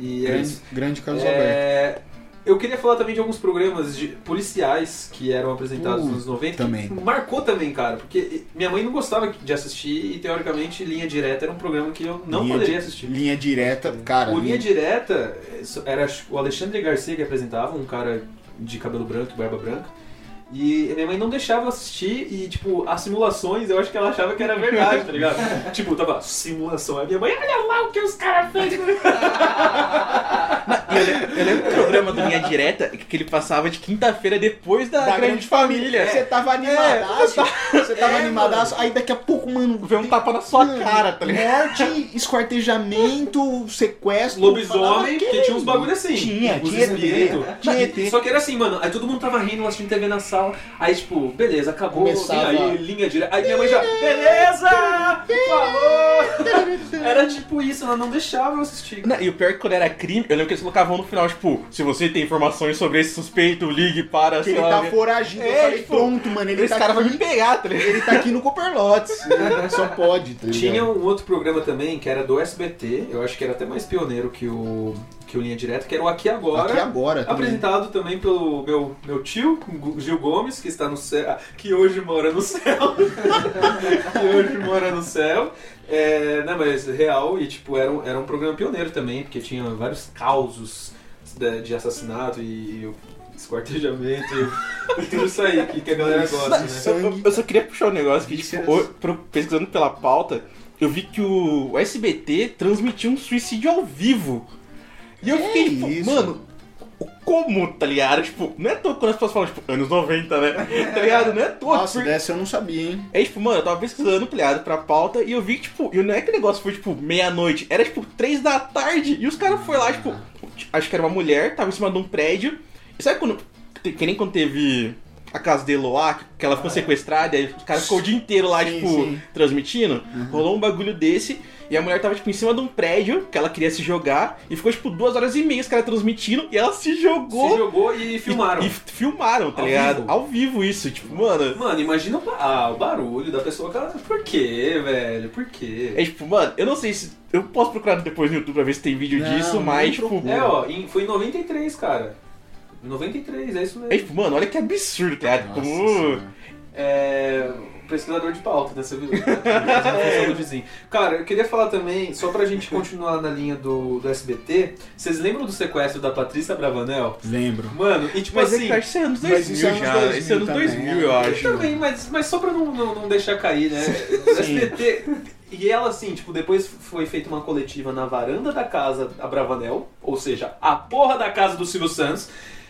B: E aí
D: Grande, grande Carlos Alberto.
B: é, eu queria falar também de alguns programas de policiais que eram apresentados
D: Uh,
B: nos 90. que
D: também.
B: Marcou também, cara, porque minha mãe não gostava de assistir e, teoricamente, Linha Direta era um programa que eu não
D: Linha
B: poderia
D: di-
B: assistir.
D: Linha direta, cara.
B: o Linha
D: linha-
B: Direta eh, so- era o Alexandre Garcia que apresentava, um cara de cabelo branco e barba branca. E a minha mãe não deixava eu assistir e, tipo, as simulações eu acho que ela achava que era verdade, tá ligado? tipo, tava simulação. Aí minha mãe, olha lá o que os caras fez.
C: Eu lembro do programa do Linha Direta que ele passava de quinta-feira depois da,
D: da
C: grande, família. É,
D: Você tava animadaço. Você tava animadaço. Aí daqui a pouco, mano.
C: Vê um tapa na É, sua
D: mano,
C: cara, tá ligado?
D: Morte, esquartejamento, sequestro.
B: Lobisomem,
D: falava,
B: que tinha uns bagulho assim.
D: Tinha,
B: os
D: tinha
B: espírito.
D: ET. Tinha ET.
B: Só que era assim, mano, aí todo mundo tava rindo, assistindo TV na sala, aí tipo, beleza, acabou,
D: Começava-
B: vem aí, linha direta, aí minha mãe já, beleza, falou, era tipo isso, ela não deixava eu assistir.
C: Não, e o pior é que quando era crime, eu lembro que eles colocavam no final, tipo, se você tem informações sobre esse suspeito, ligue para,
D: Que
C: sei
D: ele
C: lá,
D: tá
C: né?
D: foragido.
C: É,
D: eu falei,
C: tipo,
D: pronto, mano. Ele
C: Esse
D: tá
C: cara vai
D: aqui,
C: me pegar, tá ligado? um
D: ele tá aqui no Cooperlotes. né? Só pode, tá ligado?
B: Tinha um outro programa também, que era do SBT, eu acho que era até mais pioneiro que o, que o Linha Direta, que era o Aqui Agora.
D: Aqui agora. tá também.
B: Apresentado também pelo meu, meu tio, Gil Gomes, que está no céu, que hoje mora no céu. que hoje mora no céu. É, não, mas real, e tipo, era um, era um programa pioneiro também, porque tinha vários causos de, de assassinato e, e o esquartejamento e, tudo isso aí que, que a galera gosta, né?
C: tá Eu- Eu, eu só queria puxar um negócio que,
D: Isso
C: tipo,
D: era-
C: o- pro- pesquisando pela pauta, eu vi que o SBT transmitiu um suicídio ao vivo. E eu fiquei, tipo,
D: isso?
C: mano, o- como, tá ligado? Tipo, não é à toa quando as pessoas falam, tipo, anos 90, né? tá ligado? Não é à toa.
D: Nossa,
C: porque-
D: dessa eu não sabia, hein?
C: É tipo, mano, eu tava pesquisando, tá ligado, pra pauta, e eu vi que, tipo, e não é que o negócio foi, tipo, meia-noite, era, tipo, três da tarde, e os caras foram lá, tipo, acho que era uma mulher, tava em cima de um prédio, e sabe quando, que que nem quando teve a casa de Eloá, que ela
B: É.
C: ficou sequestrada, e aí os caras ficou o dia inteiro lá,
D: Sim,
C: tipo,
D: sim.
C: transmitindo,
B: Uhum.
C: rolou um bagulho desse, e a mulher tava, tipo, em cima de um prédio, que ela queria se jogar, e ficou, tipo, duas horas e meia os caras transmitindo, e ela se jogou...
B: Se jogou e filmaram.
C: E, e filmaram, tá
B: Ao
C: ligado?
B: vivo.
C: Ao vivo isso, tipo, mano.
B: Mano, imagina o, ba- ah, o barulho da pessoa. Cara, por quê, velho? Por quê?
C: É tipo, mano, eu não sei se. Eu posso procurar depois no YouTube pra ver se tem vídeo
D: Não,
C: disso,
D: não
C: mas, tipo.
D: procura.
B: É, ó, em- foi em 93, cara. 93, é isso
C: É
B: mesmo.
C: tipo, mano, olha que absurdo, tá ligado?
D: Nossa
C: Como.
D: Senhora.
B: É. Pesquisador de pauta, né? Você viu? É, do vizinho. Cara, eu queria falar também, só pra gente continuar na linha do, do SBT, vocês lembram do sequestro da Patrícia Bravanel?
D: Lembro.
B: Mano, e tipo
C: Mas é
B: assim.
C: que eu acho que isso é anos
D: mas isso
C: 2000
D: é anos
C: já. Esse é anos
D: 2000
C: 2000,
D: também,
C: eu
D: né?
C: acho.
B: também, mas, mas só pra não, não, não deixar cair, né? O SBT. E ela, assim, tipo, depois foi feita uma coletiva na varanda da casa a Bravanel, ou seja, a porra da casa do Silvio Santos,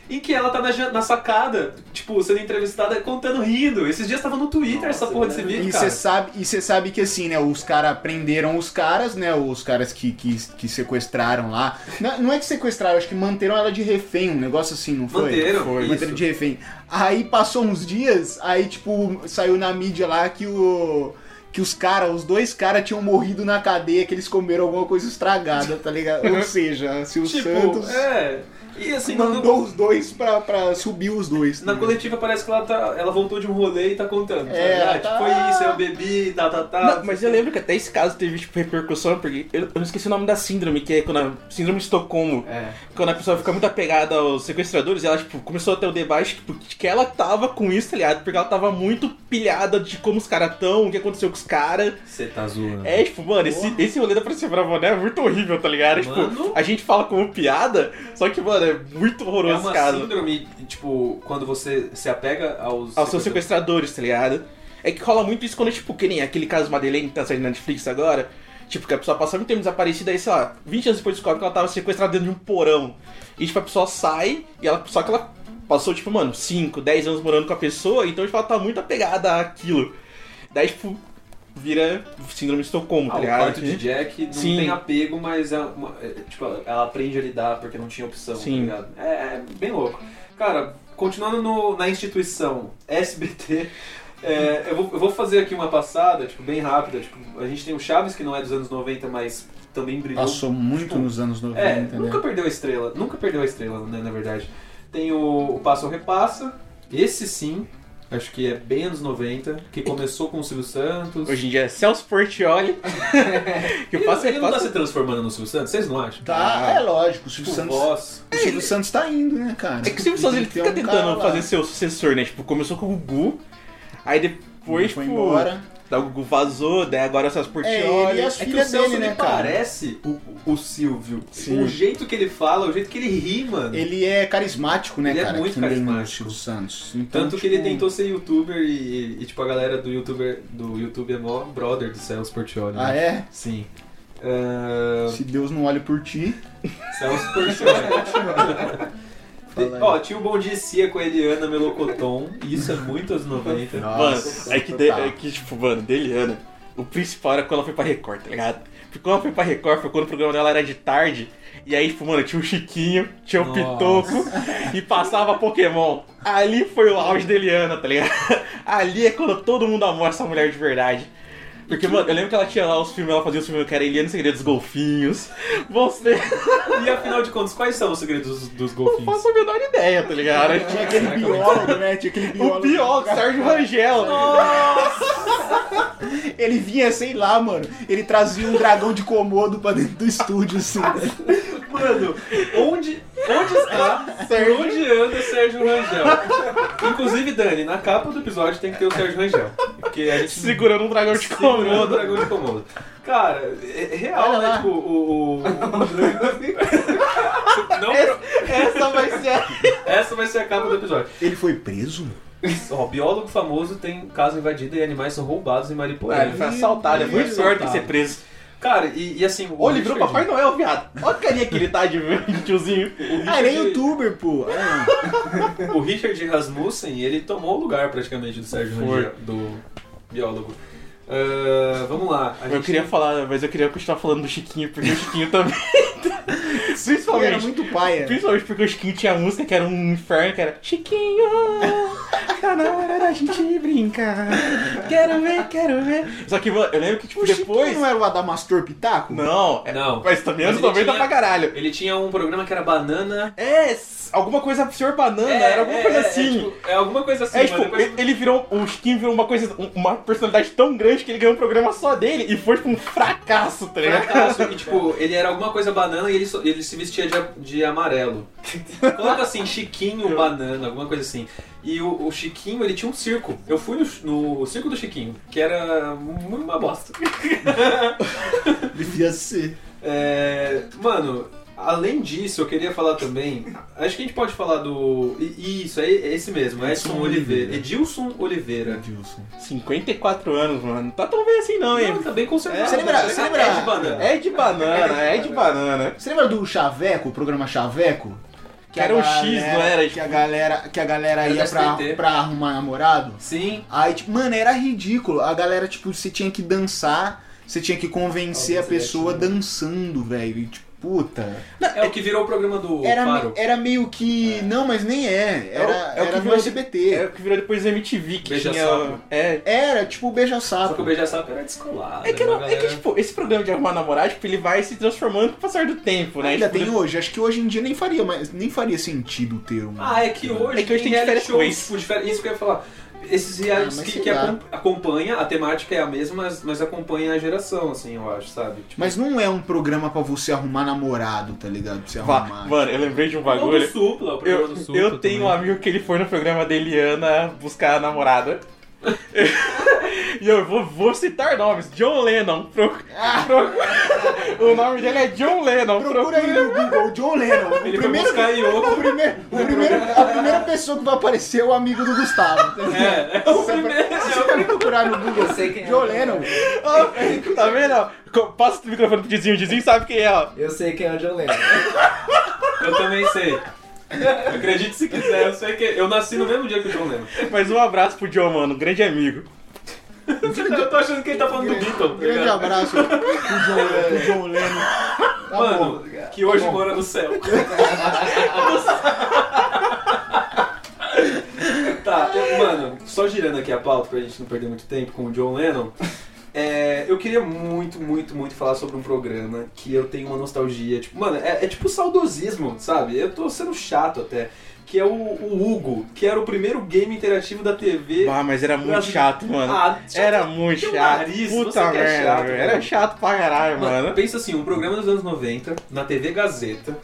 B: em que ela tá na, jan- na sacada, tipo, sendo entrevistada, contando rindo. Esses dias tava no Twitter essa porra desse vídeo,
D: E
B: cara.
D: você sabe, e cê sabe que assim, né? Os caras prenderam os caras, né? Os caras que, que, que sequestraram lá. Não, não é que sequestraram, acho que manteram ela de refém, um negócio assim, não foi?
B: Manteram,
D: Foi,
B: isso.
D: manteram de refém. Aí passou uns dias, aí tipo, saiu na mídia lá que o. Que os caras, os dois caras tinham morrido na cadeia, que eles comeram alguma coisa estragada, tá ligado? Ou seja, se o
B: Tipo,
D: Santos
B: é. E assim,
D: mandou
B: mandou.
D: os dois pra, pra subir os dois.
B: Na
D: né?
B: coletiva parece que ela, tá, ela voltou de um rolê e tá contando.
D: É,
B: sabe? ah,
D: tá-
B: tipo, foi isso, eu bebi, tá, tá, tá.
C: Não, mas eu lembro que até esse caso teve, tipo, repercussão, porque eu, eu não esqueci o nome da síndrome, que é quando a síndrome de Estocolmo.
B: É.
C: Quando a pessoa fica muito apegada aos sequestradores, ela, tipo, começou a ter o debate, tipo, de que ela tava com isso, tá ligado? Porque ela tava muito pilhada de como os caras tão, o que aconteceu com os caras.
B: Você tá zoando.
C: É, tipo, mano, esse, esse rolê da Patrícia Bravoné é muito horrível, tá ligado?
B: Mano.
C: Tipo, a gente fala como piada, só que, mano, é muito
B: É
C: horroroso
B: uma
C: esse caso.
B: síndrome, tipo, quando você se apega aos.
C: Aos Ah, seus
B: sequestradores.
C: sequestradores, tá ligado? É que rola muito isso quando, tipo, que nem aquele caso Madeleine que tá saindo na Netflix agora. Tipo, que a pessoa passa muito tempo desaparecida, aí, sei lá, 20 anos depois descobre que ela tava sequestrada dentro de um porão. E, tipo, a pessoa sai e ela. Só que ela passou, tipo, mano, 5, 10 anos morando com a pessoa, então, tipo, ela tá muito apegada àquilo. Daí, tipo, vira síndrome de Estocolmo,
B: Ah,
C: tá
B: o
C: ligado?
B: quarto de Jack não
C: Sim.
B: tem apego, mas é uma- é, tipo, ela aprende a lidar porque não tinha opção,
C: Sim.
B: tá ligado? É, é bem louco. Cara, continuando no- na instituição SBT, é, eu, vou, eu vou fazer aqui uma passada, tipo, bem rápida. Tipo, a gente tem o Chaves, que não é dos anos 90, mas também brilhou
D: Passou muito
B: Tipo,
D: nos anos 90,
B: É,
D: né?
B: nunca perdeu a estrela. Nunca perdeu a estrela, né, na verdade. Tem o, o Passa ou Repassa. Esse sim. Acho que é bem anos 90, que começou com o Silvio Santos.
C: Hoje em dia é Celso Portioli. que eu
B: ele,
C: faço,
B: ele
C: eu
B: não tá
C: faço-
B: se transformando no Silvio Santos, vocês não acham?
D: Tá, é lógico, o Silvio
B: Tipo,
D: Santos.
B: voz.
D: O Silvio Santos tá indo, né, cara?
C: É que o Silvio Santos ele
D: Tem
C: fica
D: um cara
C: tentando
D: lá.
C: fazer seu sucessor, né? Tipo, começou com o Gugu, aí depois,
D: foi
C: tipo,
D: embora.
C: daí o Gugu vazou, daí agora o Celso
D: É,
C: Portioli.
D: ele e as
B: É que
D: filhas
B: o Celso
D: dele,
B: ele
D: né, cara?
B: parece o, o Silvio.
D: Sim.
B: O jeito que ele fala, o jeito que ele ri, mano.
D: Ele é carismático, né,
B: Ele é
D: cara?
B: muito
D: que nem o
B: carismático.
D: Silvio Santos. Então,
B: Tanto que
D: tipo,
B: ele tentou ser youtuber e, e, tipo, a galera do youtuber do YouTube é mó brother do Celso Portioli.
D: Ah,
B: né?
D: é?
B: Sim. Ah,
D: Se Deus não olha por ti.
B: Celso Portioli.
D: Fala aí.
B: um Ó, tinha o Bom Dia Cia com a Eliana Melocoton, e isso é muito anos 90.
C: Mano,
D: Nossa,
C: é que, de-
D: total.
C: é que, tipo, mano, Deliana, o principal era quando ela foi pra Record, tá ligado? Porque quando ela foi pra Record foi quando o programa dela era de tarde, e aí, tipo, mano, tinha o Chiquinho, tinha o
B: Nossa.
C: Pitoco, e passava Pokémon. Ali foi o auge da Eliana, tá ligado? Ali é quando todo mundo amou essa mulher de verdade. Porque, mano, eu lembro que ela tinha lá os filmes, ela fazia os filmes que era Eliana e o Segredo dos Golfinhos. Você
B: E afinal de contas, quais são os segredos dos, dos
C: não
B: golfinhos?
C: faço a menor ideia, tá ligado?
D: Tinha aquele biólogo, né? Tinha aquele
C: é? O
D: biólogo.
C: pior, Sérgio Rangel.
D: Ele vinha, sei lá, mano. Ele trazia um dragão de comodo pra dentro do estúdio, assim. né?
B: Mano, onde, onde está, Sérgio? Ah, onde anda Sérgio Rangel? Inclusive, Dani, na capa do episódio tem que ter o Sérgio Rangel. Porque a gente
C: Segurando um dragão de
B: Segurando o
C: comodo.
B: dragão de Komodo. Cara, é é real,
D: Olha
B: né?
D: lá.
B: Tipo, o. o- Não,
C: Essa vai ser a
B: essa vai ser a capa do episódio.
D: Ele foi preso?
B: Ó, biólogo famoso tem casa invadida e animais são roubados em Mariporã.
C: Ah, ele foi assaltado, é
B: Ele
C: muito
B: foi
C: pior do que
B: assaltado.
C: ser preso.
B: Cara, e, e assim.
C: Ou ele virou
B: Richard-
C: Papai Noel, viado. Olha a carinha que ele tá de de tiozinho.
D: Ah, ele é youtuber, pô. Ah,
B: O Richard Rasmussen, ele tomou o lugar praticamente do Sérgio
C: Foi.
B: Rangel, do biólogo. Ah, vamos lá. A
C: Eu queria falar, mas eu queria continuar falando do Chiquinho, porque o Chiquinho também.
D: ele era
C: principalmente.
D: muito paia.
C: Principalmente porque o Chiquinho tinha música que era um inferno, que era Chiquinho, tá na hora da gente brincar. Quero ver, quero ver. Só que mano, eu lembro que, tipo,
D: O
C: depois.
D: Chiquinho não era o Adamastor Pitaco?
C: Não, é-
B: Não.
C: mas também anos
B: Mas
C: 90
B: ele tinha-
C: pra caralho.
B: Ele tinha um programa que era banana.
C: É, s- alguma coisa, senhor banana, era alguma coisa
B: é,
C: assim.
B: É, tipo, é alguma coisa assim,
C: é,
B: mas
C: tipo,
B: depois-
C: ele- ele virou. O Chiquinho virou uma coisa. um- Uma personalidade tão grande que ele ganhou um programa só dele e foi tipo um fracasso, tá ligado?
B: fracasso. E, tipo, ele era alguma coisa banana e ele, so- ele se vestia de, a- de amarelo. Coloca assim, Chiquinho banana, alguma coisa assim. E o, o Chiquinho, ele tinha um circo. Eu fui no, ch- no circo do Chiquinho, que era mu- uma bosta.
D: Devia ser.
B: É, mano, além disso, eu queria falar também. Acho que a gente pode falar do. e- Isso, é é esse mesmo, Edson
D: Edson
B: Oliveira.
D: Oliveira.
B: Edilson Oliveira.
D: Edilson.
C: 54 anos, mano. Tá tão bem assim não, hein?
B: Não, tá bem conservado.
C: É,
D: você lembra-
B: né?
D: você lembra-
B: É de banana.
C: É de banana, é de banana.
D: Você lembra do Chaveco, o programa Chaveco?
C: Que era um X, não era?
D: Que a galera, que a galera
B: Era
D: ia
B: do
D: pra,
B: SBT.
D: pra arrumar namorado.
B: Sim.
D: Aí, tipo, mano, era ridículo. A galera, tipo, você tinha que dançar, você tinha que convencer a pessoa dançando, velho. E, Tipo, puta.
B: É o que virou o programa do
D: Era,
B: Faro.
D: me- era meio que. Não, mas nem é.
C: É o-
D: Era,
C: é o que
D: era no
C: virou-
D: SBT.
C: É o que virou depois MTV, que
B: Beija
C: tinha.
B: sapo.
C: É.
D: Era tipo o
B: Só que o
D: beija-sapo.
B: Beija-Sapo era descolado.
C: É que,
B: era
C: não-
B: uma
C: é que,
B: galera-
C: tipo, esse programa de arrumar namorado, tipo, ele vai se transformando com o passar do tempo, né?
D: Ainda
C: Tipo,
D: tem hoje. Acho que hoje em dia nem faria, mais, nem faria sentido ter um.
B: Ah, é que hoje
C: É que hoje tem
B: reality
C: diferentes
B: shows,
C: coisas.
B: tipo, diferente. Isso que eu ia falar. Esses
D: Ah,
B: realities
D: mas
B: que,
D: sei
B: que
D: lá.
B: acom- acompanha, a temática é a mesma, mas, mas acompanha a geração, assim, eu acho, sabe? Tipo,
D: Mas não é um programa pra você arrumar namorado, tá ligado? Pra você
C: vá-
D: arrumar.
C: Mano, eu lembrei de um
B: não do
C: bagulho.
B: Supla, o programa
C: Eu,
B: do Supla.
C: eu tenho um
B: também.
C: amigo que ele foi no programa da Eliana buscar a namorada. e eu vou, vou citar nomes. John Lennon. Pro,
B: Ah.
C: pro- o nome dele é John Lennon.
D: Procura aí no Google, John Lennon. O
B: Ele
D: primeiro,
B: foi buscar
D: o
B: Yoko.
D: primeiro, o primeiro, a primeira pessoa que vai aparecer é o amigo do Gustavo.
B: É, é o
D: Você vai-
B: primeiro.
D: Se você procurar no Google, assim,
A: Eu sei quem é.
D: John Lennon,
C: Pro- tá vendo? ó? Co- Passa o microfone pro Dizinho. O Dizinho sabe quem é, ó.
A: Eu sei quem é o John Lennon.
B: Eu também sei. Acredite se quiser, eu sei que eu nasci no mesmo dia que o John Lennon.
C: Mas um abraço pro John, mano. Grande amigo.
B: Eu tô achando que ele tá falando do Beatle, tá
D: grande
B: ligado?
D: abraço pro John, pro John Lennon. Tá
B: Mano,
D: bom.
B: que hoje
D: bom.
B: mora no céu. tá, eu- mano, só girando aqui a pauta pra gente não perder muito tempo com o John Lennon. é, eu queria muito, muito, muito falar sobre um programa que eu tenho uma nostalgia. Tipo, mano, é, é tipo saudosismo, sabe? Eu tô sendo chato até. que é o, o Hugo, que era o primeiro game interativo da TV.
C: Ah, mas era muito chato, mano.
B: Ah, só
C: Era muito
B: tem um
C: chato.
B: nariz, você
C: Puta
B: que é
C: merda,
B: chato,
C: velho.
B: mano.
C: Era chato pra caralho,
B: Mano,
C: mano.
B: pensa assim, um programa dos anos 90, na TV Gazeta,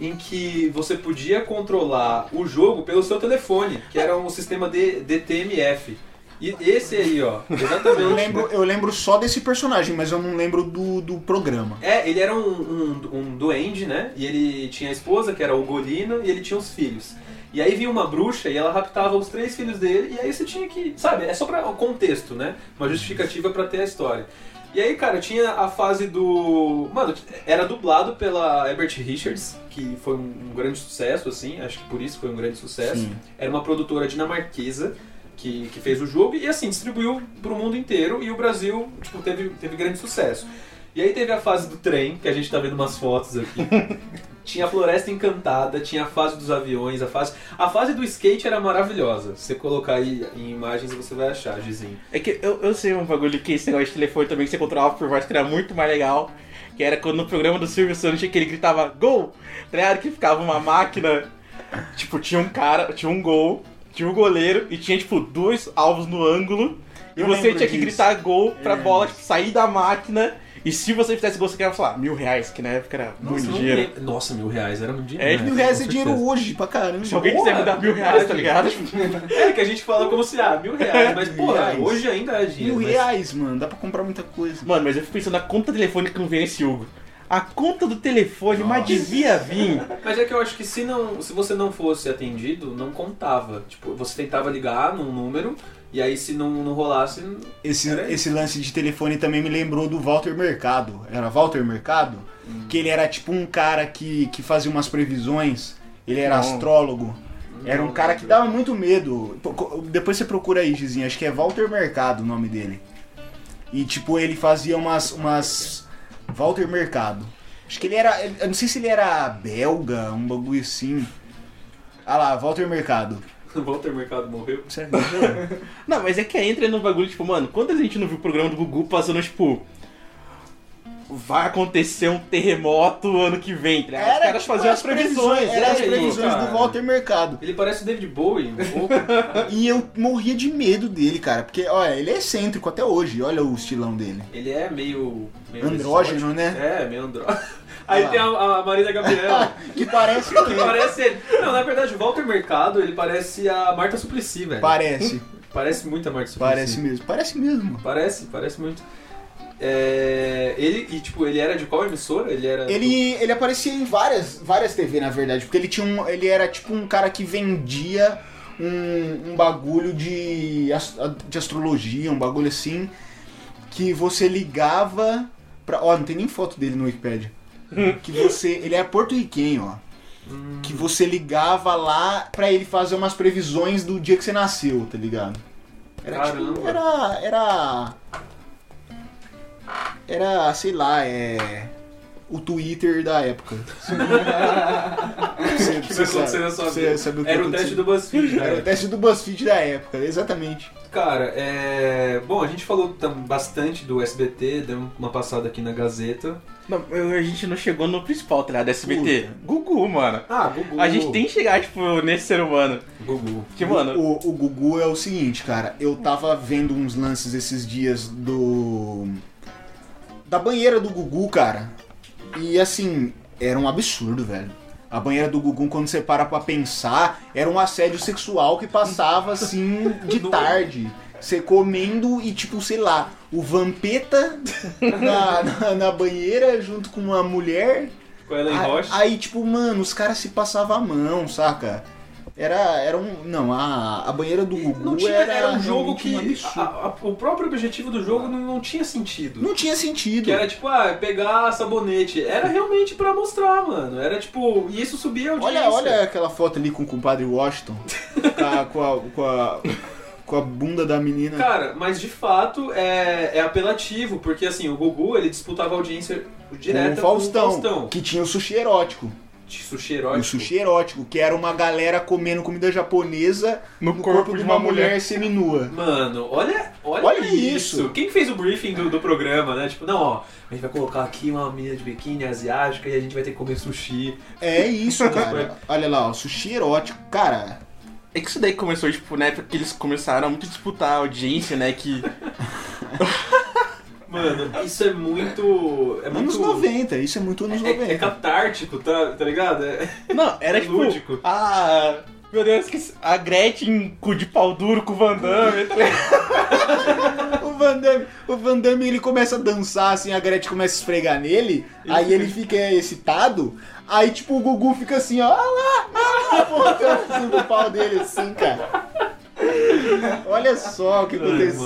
B: em que você podia controlar o jogo pelo seu telefone, que era um sistema de DTMF. E esse aí, ó, exatamente.
D: Eu lembro, eu lembro só desse personagem, mas eu não lembro do, do programa.
B: É, ele era um, um, um duende, né? E ele tinha a esposa, que era o Golina, e ele tinha os filhos. E aí vinha uma bruxa e ela raptava os três filhos dele, e aí você tinha que. Sabe, é só pra o contexto, né? Uma justificativa pra ter a história. E aí, cara, tinha a fase do. Mano, era dublado pela Herbert Richards, que foi um grande sucesso, assim, acho que por isso foi um grande sucesso.
D: Sim.
B: Era uma produtora dinamarquesa que, que fez o jogo e assim distribuiu pro mundo inteiro e o Brasil tipo, teve, teve grande sucesso. E aí teve a fase do trem, que a gente tá vendo umas fotos aqui. tinha a Floresta Encantada, tinha a fase dos aviões, a fase. A fase do skate era maravilhosa. Se você colocar aí em imagens você vai achar, Gizinho.
C: É que eu, eu sei um bagulho que esse negócio de telefone também que você controlava por voz que era muito mais legal. Que era quando no programa do Silvio Santos tinha que ele gritava gol, tá ligado? Que ficava uma máquina. tipo, tinha um cara, tinha um gol, tinha um goleiro e tinha, tipo, dois alvos no ângulo. E
D: Eu
C: você
D: lembro
C: tinha que
D: disso.
C: gritar gol pra
D: lembro
C: bola tipo, sair da máquina. E se você fizesse gol, você ganhava, sei lá, mil reais, que na época era muito
B: não
C: dinheiro.
B: lembro- Nossa, mil reais era muito dinheiro.
C: É,
B: né?
D: Mil reais é
B: Com
D: dinheiro
B: certeza.
D: hoje, pra caramba.
C: Se alguém
B: Porra,
C: quiser me dar mil reais, tá ligado?
B: É que a gente fala como se, ah, mil reais, mas pô,
D: É, Reais.
B: hoje ainda é dinheiro.
D: Mil
B: mas-
D: reais, mano, dá pra comprar muita coisa.
C: Mano, mas eu fico pensando na conta telefônica que não vem esse Hugo. A conta do telefone, mas devia vir.
B: Mas é que eu acho que se, não, se você não fosse atendido, não contava. Tipo, você tentava ligar num número, e aí se não, não rolasse.
D: Esse,
B: Era
D: esse lance de telefone também me lembrou do Walter Mercado. Era Walter Mercado? Que ele era tipo um cara que, que fazia umas previsões. Ele era
C: Não.
D: astrólogo. Era um
B: não
D: cara que
B: lembro.
D: dava muito medo. Pô, co- Depois você procura aí, Gizinho. Acho que é Walter Mercado o nome dele. E tipo, ele fazia umas. umas... Walter Mercado. Acho que ele era. ele- Eu não sei se ele era belga, um bagulho assim. Ah lá, Walter Mercado.
B: O Walter Mercado morreu.
D: Sério? não?
C: Não, mas é que aí entra no bagulho, tipo, mano, quantas vezes a gente não viu o programa do Gugu passando, tipo. Vai acontecer um terremoto ano que vem, tá ligado? Os caras
D: tipo,
C: faziam as previsões, né?
D: Era as
B: aí,
D: previsões
B: cara.
D: do Walter Mercado.
B: Ele parece o David Bowie um pouco.
D: E eu morria de medo dele, cara. Porque, olha, ele é excêntrico até hoje. Olha o estilão dele.
B: Ele é meio. meio
D: Andrógeno,
B: exótico.
D: né?
B: É, meio andrógeno. Aí
D: Ah.
B: tem a, a Marina Gabriela.
D: Que parece o
B: que
D: quê?
B: parece ele. Não, na verdade, o Walter Mercado, ele parece a Marta Suplicy, velho.
D: Parece.
B: Parece muito a Marta Suplicy.
D: Parece mesmo. Parece mesmo.
B: Parece, parece muito. É, ele, e tipo, ele era de qual emissora? Ele era.
D: Ele, ele aparecia em várias, várias TV, na verdade, porque ele tinha um, ele era tipo um cara que vendia um, um bagulho de, as- de astrologia, um bagulho assim, que você ligava pra... Ó, não tem nem foto dele no Wikipedia. que você... Ele era porto-riquenho, ó. Que você ligava lá pra ele fazer umas previsões do dia que você nasceu, tá ligado? Era tipo...
B: Caramba.
D: Era... Era... Era, sei lá, é o Twitter da época. você,
B: que vai acontecer na sua vida.
D: sabe o que
B: Era o
D: aconteceu.
B: teste do BuzzFeed,
D: Era o
B: né?
D: teste do BuzzFeed da época, exatamente.
B: Cara, é... Bom, a gente falou tam- bastante do SBT, deu uma passada aqui na Gazeta.
C: Não, eu- a gente não chegou no principal, tá ligado? SBT.
D: Puta.
C: Gugu, mano.
B: Ah, Gugu.
C: A gente tem que chegar, tipo, nesse ser humano.
B: Gugu.
C: Que, mano.
D: O, o Gugu é o seguinte, cara. Eu tava vendo uns lances esses dias do. Da banheira do Gugu, cara. E assim, era um absurdo, velho. A banheira do Gugu, quando você para pra pensar, era um assédio sexual que passava assim de
B: No-
D: tarde. Você comendo e tipo, sei lá, o Vampeta na, na- na banheira junto com uma mulher.
B: Com a Ellen
D: A-
B: Roche.
D: Aí, tipo, mano, os caras se passavam a mão, saca? Era, era um. Não, a, a banheira do Gugu
B: Não tinha,
D: era,
B: era, um jogo
D: realmente
B: que.
D: um absurdo.
B: a- a- o próprio objetivo do jogo não, não tinha sentido.
D: não tinha sentido.
B: Que era tipo, ah, pegar sabonete. Era realmente pra mostrar, mano. Era tipo, e isso subia a audiência.
D: Olha, olha aquela foto ali com o compadre Washington. com, a, com, a, com, a, com a bunda da menina.
B: Cara, mas de fato é, é apelativo, porque assim, o Gugu ele disputava audiência
D: com
B: direta
D: o Faustão,
B: Com o Faustão.
D: Que tinha o sushi erótico.
B: Sushi tipo, erótico.
D: O sushi erótico, que era uma galera comendo comida japonesa
C: No, corpo, de uma, mulher.
D: seminua.
B: Mano, olha, olha,
D: Olha
B: isso.
D: isso.
B: Quem fez o briefing do, do programa, né? Tipo, não, ó, a gente vai colocar aqui uma menina de biquíni asiática e a gente vai ter que comer sushi.
D: É isso, cara. Olha lá, ó, sushi erótico. Cara,
C: É que isso daí começou, tipo, na época que eles começaram a muito disputar a audiência, né? Que.
B: Mano, isso é muito. É muito.
D: anos 90, isso é muito anos
B: É,
D: 90.
B: é catártico, tá, tá ligado? É,
C: Não, era tipo.
B: Lúdico.
C: Ah. Meu Deus, esqueci. A Gretchen cu de pau duro com o Van Damme. tá ligado?
D: O Van Damme, o Van Damme, ele começa a dançar, assim, a Gretchen começa a esfregar nele, aí ele fica excitado, aí, tipo, o Gugu fica assim, ó, ah lá, ah lá, apontando assim no pau dele, assim, cara. Olha só o que
B: Ai,
D: acontecia.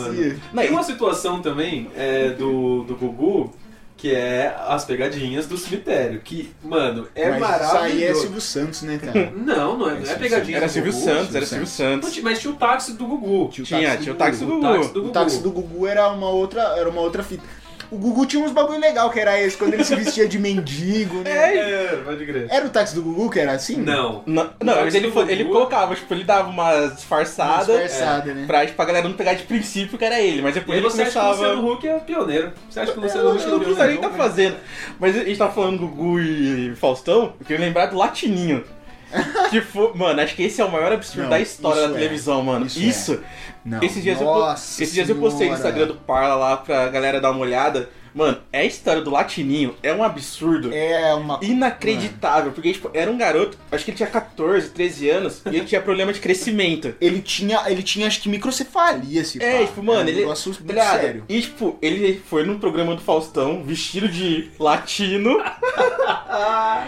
B: mano. Tem uma situação também é, do, do Gugu. Que é as pegadinhas do cemitério. Que, mano, é
D: Mas isso aí é
B: maravilhoso.
D: Silvio Santos, né, cara?
B: Não, não é, não é pegadinha.
C: Era
B: do
C: Silvio
B: Gugu.
C: Santos, era Silvio
D: Silvio
B: Não
C: Santos.
B: tinha- Mas tinha o táxi do Gugu.
D: Tinha o
C: Tinha,
D: táxi
C: tinha o
D: do
C: táxi do
B: O táxi
C: Gugu.
B: do Gugu.
D: O táxi do Gugu era uma outra, era uma outra fita. O Gugu tinha uns bagulho legal, que era esse, quando ele se vestia de mendigo, né?
B: É, pode crer.
D: Era o táxi do Gugu que era assim?
B: Não.
C: Não, não, mas ele, foi- ele colocava, tipo, ele dava uma disfarçada
D: Disfarçada, né?
C: pra, tipo, a galera não pegar de princípio que era ele, mas
B: E
C: depois
B: aí
C: ele
B: você acha que o
C: começava.
B: Luciano Huck é pioneiro. Você acha que o
C: Eu
B: Luciano
C: não,
B: Huck é
C: eu não precisa nem
B: pioneiro?
C: tá fazendo. Mas a gente tava falando Gugu e Faustão, eu queria lembrar do Latininho. Que foi, mano, acho que esse é o maior absurdo
D: Não,
C: da história da
D: isso é,
C: televisão, mano.
D: isso
C: Isso.
D: é. Não.
C: Esses dias, eu, po-
D: Nossa
C: esses dias eu postei no
D: Senhora.
C: Instagram do Parla lá pra galera dar uma olhada. Mano, é a história do Latininho é um absurdo.
D: É uma
C: Inacreditável, porque tipo, era um garoto, acho que ele tinha 14, 13 anos, e ele tinha problema de crescimento.
D: Ele tinha, ele tinha acho que microcefalia, se
C: É,
D: pá.
C: tipo, mano,
D: Era um
C: ele-
D: negócio muito
C: Tá ligado?
D: sério.
C: E tipo, ele foi num programa do Faustão, vestido de latino,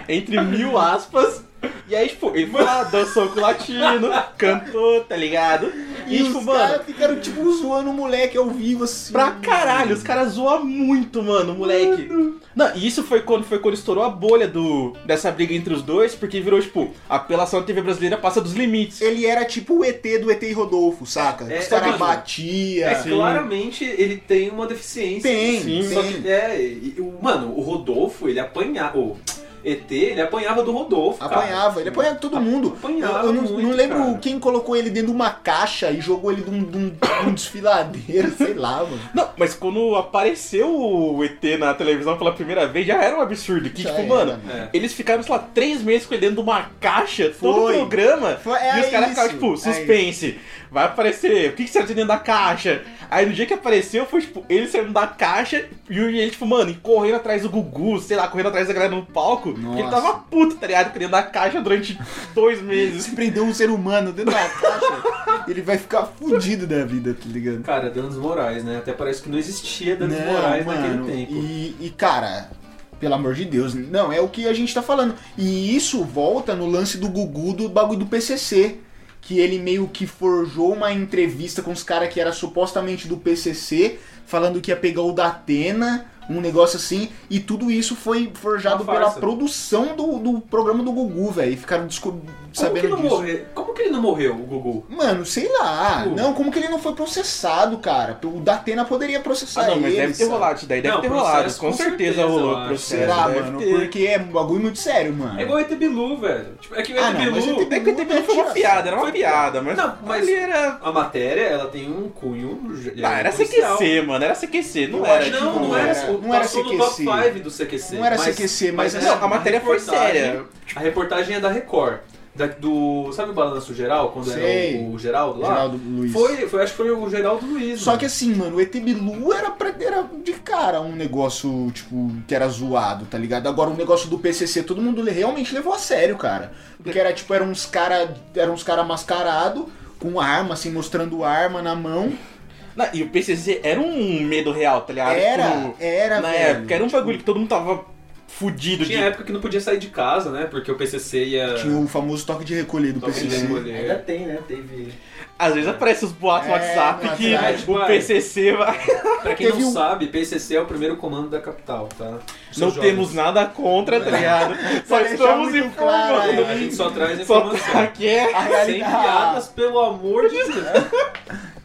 C: entre mil aspas. E aí, tipo, ele foi lá, dançou com o latino, cantou, tá ligado? E,
D: E,
C: tipo,
D: os
C: mano,
D: caras ficaram, tipo, zoando o moleque ao vivo, assim.
C: pra caralho, os caras zoam muito, mano, o moleque. Não, e isso foi quando foi quando estourou a bolha do dessa briga entre os dois, porque virou, tipo, a apelação da TV brasileira passa dos limites.
D: Ele era tipo o ET do ET Rodolfo, saca?
B: É,
D: os caras
B: mano,
D: batiam. assim,
B: É,
C: Sim.
B: claramente ele tem uma deficiência.
D: Tem,
C: sim,
B: Só
D: tem.
B: que é. e- e o- Mano, o Rodolfo, ele apanhava. O ET, ele apanhava do Rodolfo. cara.
D: Apanhava, ele apanhava todo mundo.
B: Apanhava
D: eu eu não,
B: muito,
D: não lembro
B: cara.
D: quem colocou ele dentro de uma caixa e jogou ele de um, de um- de um desfiladeiro, sei lá, mano.
C: Não, mas quando apareceu o ET na televisão pela primeira vez, já era um absurdo. Que,
D: Já
C: tipo,
D: era,
C: mano,
B: É.
C: Eles ficaram, sei lá, três meses com ele dentro de uma caixa, todo
D: Foi.
C: o programa.
D: Foi- é
C: e os caras
D: isso,
C: ficaram, tipo,
D: é
C: suspense. vai aparecer, o que, que será que tem dentro da caixa? Aí no dia que apareceu, foi, tipo, ele saindo da caixa e ele, tipo, mano, e correndo atrás do Gugu, sei lá, correndo atrás da galera no palco.
D: Nossa.
C: Porque ele tava puto, tá ligado? Dentro da caixa durante dois meses.
D: Se prender um ser humano dentro da caixa, ele vai ficar fudido da vida, tá ligado?
B: Cara, Danos Morais, né? Até parece que não existia Danos
D: Não,
B: Morais
D: Né, mano,
B: naquele tempo.
D: E, e, cara, pelo amor de Deus, não, é o que a gente tá falando. E isso volta no lance do Gugu do bagulho do PCC. Que ele meio que forjou uma entrevista com os caras que era supostamente do PCC, falando que ia pegar o da Atena, um negócio assim. E tudo isso foi forjado
B: Uma
D: pela
B: farsa.
D: produção do, do programa do Gugu, velho. E ficaram desco-
B: Como que,
D: sabendo
B: não
D: disso.
B: morre- Como que ele não morreu, o Gugu?
D: Mano, sei lá.
B: Pô.
D: Não, como que ele não foi processado, cara? O Datena poderia processar
C: Ah, não, mas
D: ele,
C: deve ter
D: sabe?
C: rolado isso daí, deve
B: Não,
C: ter rolado.
B: processo,
C: Com
B: com
C: certeza
B: certeza, eu
C: rolou
B: acho.
C: o processo.
D: Será,
C: deve
D: Ah, mano?
C: ter.
D: Porque é um bagulho muito sério, mano.
B: É igual o ET Bilu, velho. Tipo, é que o ET
D: Ah, não, mas
B: Bilu.
D: o ET
C: É que o TPM foi uma piada, era uma
B: Foi-
C: piada,
D: é
C: mas.
B: Não, mas-
C: ele era.
B: A matéria, ela tem um cunho. é,
C: Ah, era
B: policial.
C: CQC, mano, era CQC, não
D: Eu
C: era.
D: acho que
B: Não,
C: tipo,
B: não era.
D: era- não era
B: passou no
D: CQC.
B: top 5 do CQC.
D: Não era
B: mas-
D: CQC,
B: mas
D: mas
B: é
D: era-
C: Não, a matéria foi
B: reportagem-
C: séria.
B: A reportagem é da Record. Da- do, sabe o Balanço Geral, quando
D: Sei.
B: era o, o Geraldo lá?
D: Geraldo Luiz.
B: Foi, foi, acho que foi o Geraldo Luiz.
D: Só
B: mano.
D: que assim, mano, o ET Bilu era, pra- era de cara um negócio, tipo, que era zoado, tá ligado? Agora o negócio do PCC, todo mundo le- realmente levou a sério, cara. Porque era tipo, eram uns cara, eram uns cara mascarado com arma, assim, mostrando arma na mão.
C: Não, e o PCC era um medo real, tá ligado?
D: Era,
C: Tipo,
D: era,
C: na
D: velho.
C: época, era um bagulho que todo mundo tava fudido
B: Tinha época que não podia sair de casa, né? Porque o PCC ia.
D: Tinha um o famoso toque de recolher do
B: Toque de
D: PCC.
B: recolher.
A: Ainda tem, né? Teve.
C: de. Às vezes aparece os boatos no
D: É,
C: WhatsApp
D: mano,
C: que
D: atrás,
C: o
B: vai.
C: PCC vai.
B: Pra quem
D: Teve
B: não
D: um-
B: sabe, PCC é o primeiro comando da capital, tá? Seus
C: Não
B: jovens.
C: temos nada contra, tá ligado? Só
D: deixar
C: estamos
D: muito claro,
C: informando.
B: A gente só traz
C: Só tá
B: informação.
C: aqui é.
D: A
B: Sem
D: realidade-
B: piadas, pelo amor de Deus.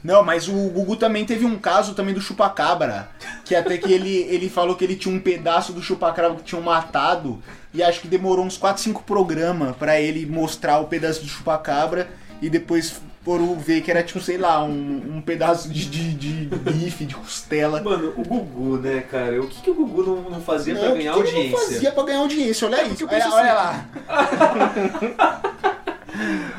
D: Não, mas o Gugu também teve um caso também do chupacabra. Que até que ele, ele falou que ele tinha um pedaço do chupacabra que tinham matado. E acho que demorou uns 4, 5 programas pra ele mostrar o pedaço do chupacabra. E depois foram ver que era tipo, sei lá, um, um pedaço de, de, de bife, de costela.
B: Mano, o Gugu, né, cara? O que, que o Gugu não, não fazia
D: Não,
B: pra
D: o que
B: ganhar
D: que ele não
B: audiência?
D: fazia pra ganhar audiência, olha isso.
C: eu
D: Olha,
C: penso
D: olha lá,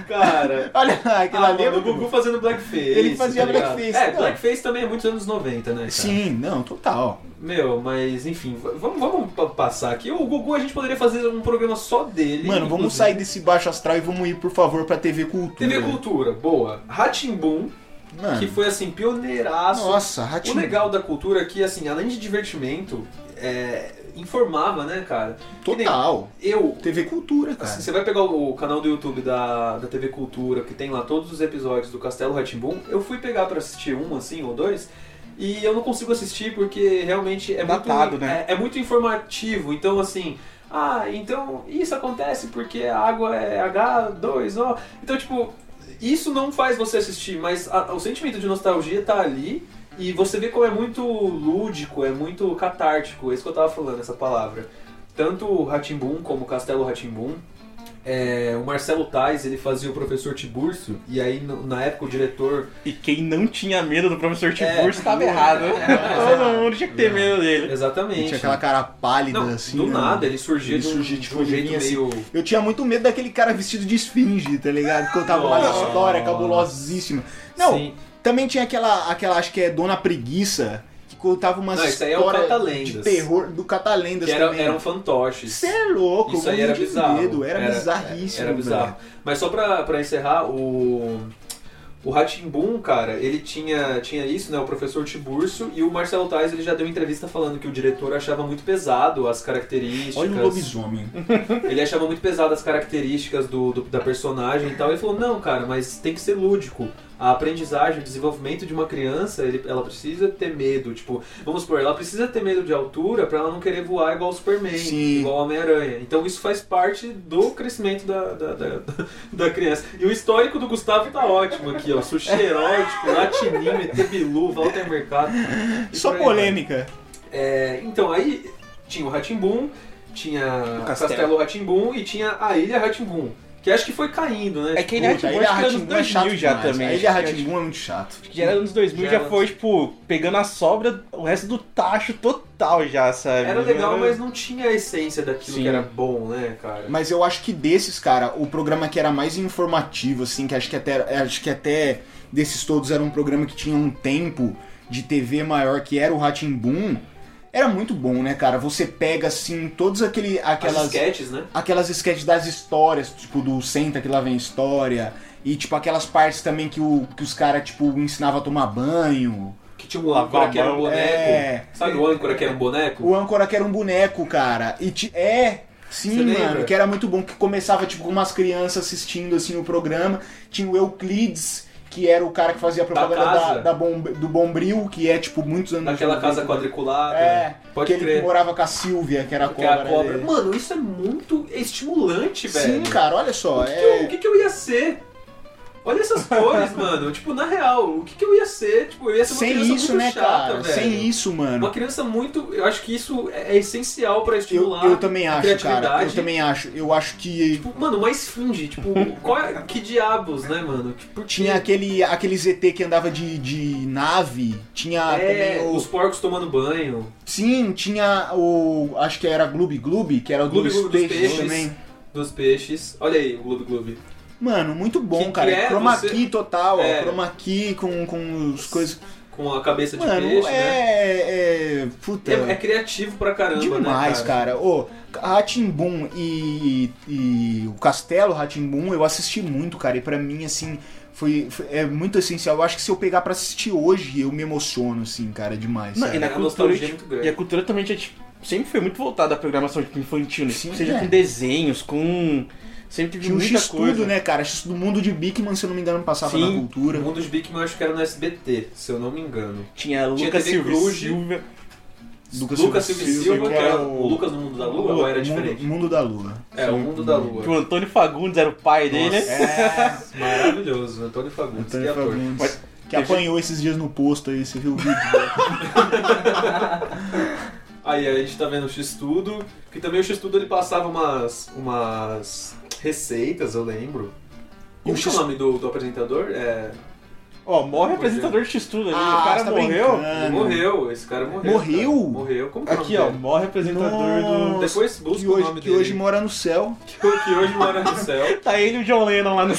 B: Cara.
D: olha lá, aquela
B: ah,
D: ali. é
B: mano, o
D: muito
B: Gugu fazendo blackface.
D: Ele fazia
B: tá ligado?
D: blackface,
B: É,
D: não.
B: blackface também é muitos anos 90, né? cara?
D: bom. Sim, não, total.
B: Meu, mas enfim, v- vamos, vamos pa- passar aqui. O Gugu a gente poderia fazer um programa só dele.
D: Mano, vamos
B: inclusive.
D: sair desse baixo astral e vamos ir, por favor, pra TV Cultura.
B: TV Cultura, boa. Ratimbum,
D: Mano,
B: que foi assim, pioneiraço.
D: nossa,
B: O
D: ratinho.
B: legal da cultura é que, assim, além de divertimento, é, informava, né, cara? Que nem
D: Total.
B: eu.
D: TV Cultura, cara.
B: assim, você vai pegar o canal do YouTube da, da TV Cultura, que tem lá todos os episódios do Castelo Ratimbum. Eu fui pegar pra assistir um, assim, ou dois, e eu não consigo assistir porque realmente é
C: Datado,
B: muito.
C: né?
B: É, é muito informativo. Então, assim. Ah, então isso acontece porque a água é H2O. Então, tipo, isso não faz você assistir, mas a- o sentimento de nostalgia tá ali e você vê como é muito lúdico, é muito catártico, é isso que eu tava falando, essa palavra. Tanto o Ratimbum como o Castelo Ratimbum. o Marcelo Tais, ele fazia o professor Tiburcio, e aí no- na época o diretor.
C: E quem não tinha medo do professor Tiburcio
B: É,
C: tava
B: é,
C: errado.
B: é,
C: Todo mundo tinha que ter medo dele.
B: Exatamente.
D: Tinha aquela cara pálida,
B: Não,
D: assim.
B: do
D: né?
B: nada, ele surgia,
D: Ele
B: de um-
D: surgia,
B: de
D: tipo,
B: um
D: ele
B: jeito
D: vinha assim,
B: meio.
D: Eu tinha muito medo daquele cara vestido de esfinge, tá ligado? Contava uma
B: Nossa.
D: história cabulosíssima. Não,
B: Sim.
D: também tinha aquela, aquela, acho que é Dona Preguiça, que contava umas
B: Não, isso aí é o
D: histórias
B: Catalendas.
D: de terror do Catalendas
B: Que era,
D: também.
B: eram fantoches.
D: Você é louco,
B: Isso
D: eu
B: aí era
D: morri de
B: bizarro.
D: medo, Era,
B: Era-
D: bizarríssimo.
B: Era bizarro.
D: velho.
B: Mas só pra, pra encerrar, o. O Ratimbun, cara, ele tinha, tinha isso, né? O professor Tiburcio e o Marcelo Tais, ele já deu entrevista falando que o diretor achava muito pesado as características.
D: Olha o lobisomem.
B: Ele achava muito pesado as características do, do- da personagem e tal. Ele falou, não, cara, mas tem que ser lúdico. A aprendizagem, o desenvolvimento de uma criança, ele- ela precisa ter medo. Tipo, vamos supor, ela precisa ter medo de altura pra ela não querer voar igual o Superman,
D: Sim.
B: igual o Homem-Aranha. Então isso faz parte do crescimento da, da, da, da criança. E o histórico do Gustavo tá ótimo aqui, ó. Sushi erótico, latininho, ET Bilu, Walter Mercado. e
D: Só
B: por aí vai.
D: polêmica.
B: É, então, aí tinha o Ratimbum, tinha
C: O
B: o
C: Castelo.
B: Castelo Ratimbum e tinha a Ilha Ratimbum, que acho que foi caindo, né?
C: É que ele é
D: Puta,
C: tipo,
D: a Ilha
C: acho que era anos
D: Rá-Tim-Bum é
C: 2000
D: chato
C: já
D: demais.
C: também.
D: A Ilha
C: acho que-
D: Ratimbun é muito chato.
C: que era anos 2000 já
B: Já-
C: foi, tipo, pegando a sobra, o resto do tacho total já, sabe?
B: Tipo, Era
D: né?
B: legal, mas não tinha a essência daquilo
C: Sim.
B: que era bom, né, cara?
D: Mas eu acho que desses, cara, o programa que era mais informativo, assim, que acho que até, acho que até desses todos era um programa que tinha um tempo de TV maior, que era o Ratimbun, era muito bom, né, cara? Você pega, assim, todas aquele,
B: Aquelas
D: aquelas.
B: sketches, né?
D: Aquelas sketches das histórias, tipo, do Senta que lá vem história. E, tipo, aquelas partes também que, o, que os caras, tipo, ensinavam a tomar banho.
B: Que tinha um âncora que era um
C: Babão,
B: boneco.
D: É.
B: Sabe o âncora que era um boneco?
D: O âncora que era um boneco, cara. E ti- é,
B: Você
D: sim,
B: lembra?
D: mano, que era muito bom que começava tipo com umas crianças assistindo assim o programa. Tinha o Euclides, que era o cara que fazia a propaganda da
B: casa.
D: da Bom- do Bombril, que é tipo muitos anos
B: Daquela
D: 90.
B: casa quadriculada.
D: É,
B: Pode
D: aquele
B: crer.
D: que morava com a Silvia, que era a
B: Que
D: cobra.
B: é a cobra.
D: dele.
B: Mano, isso é muito estimulante,
D: Sim,
B: velho.
D: cara, olha só,
B: O que, que
D: é-
B: eu, o que que eu ia ser? Olha essas cores, mano. Tipo, na real, o que, que eu ia ser? Tipo, eu ia ser uma
D: sem
B: criança
D: isso,
B: muito
D: né,
B: chata,
D: cara?
B: velho.
D: Sem isso, mano.
B: Uma criança muito. Eu acho que isso é é essencial pra
D: Eu,
B: estimular.
D: eu também acho, cara. Eu
B: criatividade.
D: também acho. Eu acho que
B: Tipo, mano, uma esfinge. Tipo, qual é- que diabos, né, mano? Tipo, por
D: tinha
B: quê?
D: aquele aquele ZT que andava de, de nave, tinha
B: É,
D: também o-
B: os porcos tomando banho.
D: Sim, tinha o. Acho que era Gloob Gloob, que era o
B: Gloob
D: dos
B: Gloob dos
D: peixes,
B: peixes.
D: também.
B: Dos peixes. Olha aí o Globo Globo.
D: Mano, muito bom,
B: Que
D: cara.
B: que é
D: chroma
B: você-
D: key total, ó.
B: É.
D: Chroma key com, com as coisas.
B: Com a cabeça de
D: Mano,
B: peixe, né?
D: é, é. Puta.
B: É, é criativo pra caramba,
D: demais,
B: né?
D: cara. Ô, Ratimbum e, e o Castelo Ratimbum eu assisti muito, cara. E pra mim, assim, foi, foi- é muito essencial. Eu acho que se eu pegar pra assistir hoje, eu me emociono, assim, cara, demais.
C: Não,
D: sabe?
C: e na
B: A
C: cultura,
B: nostalgia é muito grande.
C: e a cultura também já, tipo, sempre foi muito voltada à programação tipo, infantil, né?
D: Sim,
C: Seja
D: é.
C: com desenhos, com... Sempre teve
D: Tinha o
C: muita
D: X-Tudo,
C: coisa.
D: né, cara? X do mundo de Bigman, se eu não me engano, passava
C: Sim.
D: na cultura.
B: O mundo dos Big Man, acho que era no SBT, se eu não me engano.
C: Tinha
B: Tinha
C: Lucas
B: TV
C: Silva,
B: Cruz.
C: Silva.
D: Lucas
B: Lucas,
D: Silva
B: Silva,
D: e Silva, é
B: Silva, que era
D: o-
B: o Lucas no Mundo da Lua, ou era
D: mundo,
B: diferente?
D: Mundo da Lua.
B: Era o Mundo da Lua.
C: Que o
D: É.
C: Antônio Fagundes era o pai dele, né?
B: Nossa, Maravilhoso, Antônio Fagundes, que
D: Antônio
B: ator.
D: Fagundes.
C: Mas
D: Que apanhou esses dias no posto aí, você viu o vídeo dela.
B: Aí a gente tá vendo o X-Tudo, que também o X-Tudo ele passava umas, umas receitas, eu lembro.
D: E o
B: Como que é o
D: X-
B: nome do, do apresentador? É,
C: Ó, morre o apresentador de X-Tudo ali.
D: é. Ah,
C: o cara
D: você tá
C: morreu.
B: ele
D: brincando.
B: morreu, esse cara morreu.
D: Morreu?
B: cara. Morreu, como que é o
C: Aqui, ó,
B: nome
C: morre o apresentador
D: Nossa.
C: do.
B: dele? Tá Depois busca
D: Que
B: o
D: hoje,
B: nome
D: que
B: dele.
D: hoje mora no céu.
B: que hoje mora no céu.
C: Tá ele e o John Lennon lá no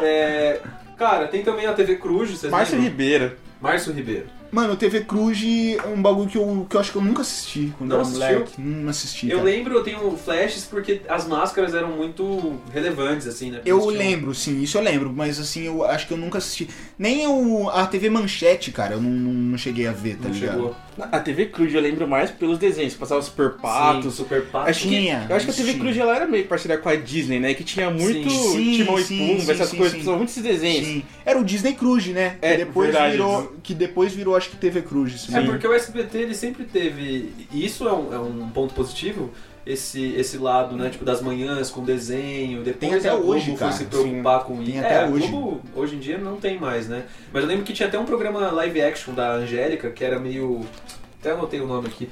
B: É, cara, tem também a TV Cruz,
D: é.
B: vocês
C: Márcio
B: lembram?
C: Ribeiro.
B: Márcio Ribeiro.
D: Mano, TV Cruz é um bagulho que eu, que eu acho que eu nunca assisti quando
B: Não
D: era
B: assistiu?
D: moleque. Não assisti.
B: Eu
D: cara.
B: lembro, eu tenho flashes porque as máscaras eram muito relevantes, assim, né? Porque
D: Eu
B: eles tinham-
D: lembro, sim, isso eu lembro, mas assim, eu acho que eu nunca assisti. Nem o, a TV Manchete, cara, eu não, não, não cheguei a ver, tá
B: Não
D: ligado?
B: chegou.
C: A TV Cruz eu lembro mais pelos desenhos. Passava Super
B: Sim,
C: Patos.
B: Super Pato.
C: Acho que,
D: Tinha,
C: eu acho que a TV
D: tinha.
C: Cruz ela era meio parceria com a Disney, né? Que tinha muito
D: Sim,
C: Timão
D: sim,
C: e Pumba,
D: sim,
C: essas
D: sim,
C: coisas.
D: sim.
C: Precisava muitos desenhos.
D: Sim. Era o Disney Cruz, né?
C: É,
D: que depois
C: verdade.
D: virou. Que depois virou, acho que TV Cruz. se
B: É
D: não me
B: porque o SBT ele sempre teve. e Isso é um, é um ponto positivo, esse, esse lado, né? Tipo, das manhãs com desenho. Depois
D: Tem até
B: a Globo
D: hoje,
B: foi
D: cara.
B: se preocupar com
D: Tem
B: isso.
D: até
B: é,
D: hoje.
B: A Globo hoje em dia não tem mais, né? Mas eu lembro que tinha até um programa live action da Angélica que era meio. Até anotei o nome aqui.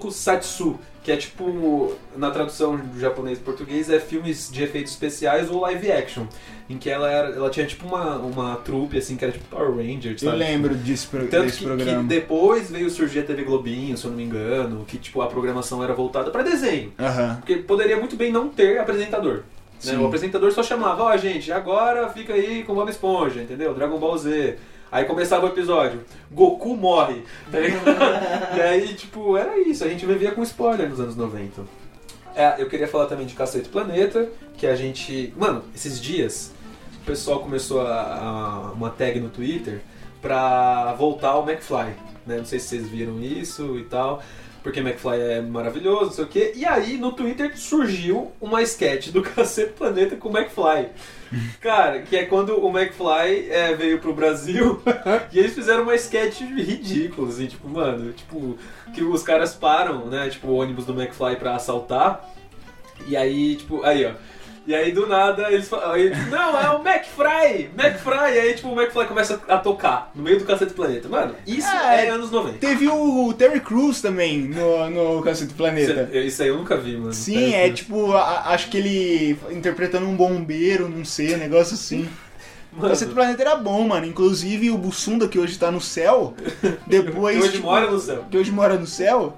B: Tokusatsu, que é tipo, um- na tradução do japonês e português, é filmes de efeitos especiais ou live action. Em que ela, era, ela tinha tipo uma, uma trupe, assim, que era tipo Power Rangers,
D: Eu
B: sabe?
D: lembro desse, pro-
B: Tanto
D: desse
B: que, que
D: programa.
B: depois veio surgir a TV Globinho, se eu não me engano, que tipo a programação era voltada pra desenho.
D: Aham.
B: Porque poderia muito bem não ter apresentador. né?
D: Sim.
B: O apresentador só chamava, ó gente, agora fica aí com Bob Esponja, entendeu? Dragon Ball Z. Aí começava o episódio, Goku morre, tá ligado? e aí, tipo, era isso, a gente vivia com spoiler nos anos 90. É, eu queria falar também de Cacete Planeta, que a gente. Mano, esses dias o pessoal começou a- a- uma tag no Twitter pra voltar ao McFly. né? Não sei se vocês viram isso e tal, porque McFly é maravilhoso, não sei o quê. E aí no Twitter surgiu uma sketch do Cacete Planeta com o McFly. Cara, que é quando o McFly é, veio pro Brasil e eles fizeram uma sketch ridícula, assim, tipo, mano, tipo, que os caras param, né, tipo, o ônibus do McFly pra assaltar. E aí, tipo, aí, ó. E aí do nada eles falam. aí, Não, é o McFly! McFly! E aí, tipo, o McFly começa a tocar no meio do Cacete Planeta. Mano, isso
D: É,
B: é, anos 90.
D: Teve o Terry Crews também no, no Cacete do Planeta.
B: Isso, é- isso aí eu nunca vi, mano.
D: né? Sim, é tipo, a- acho que ele interpretando um bombeiro, não sei, um negócio assim. O
B: Mano,
D: Cacete do Planeta era bom, mano. Inclusive o Bussunda, que hoje tá no céu, depois.
B: hoje
D: tipo,
B: mora no céu.
D: que hoje mora no céu,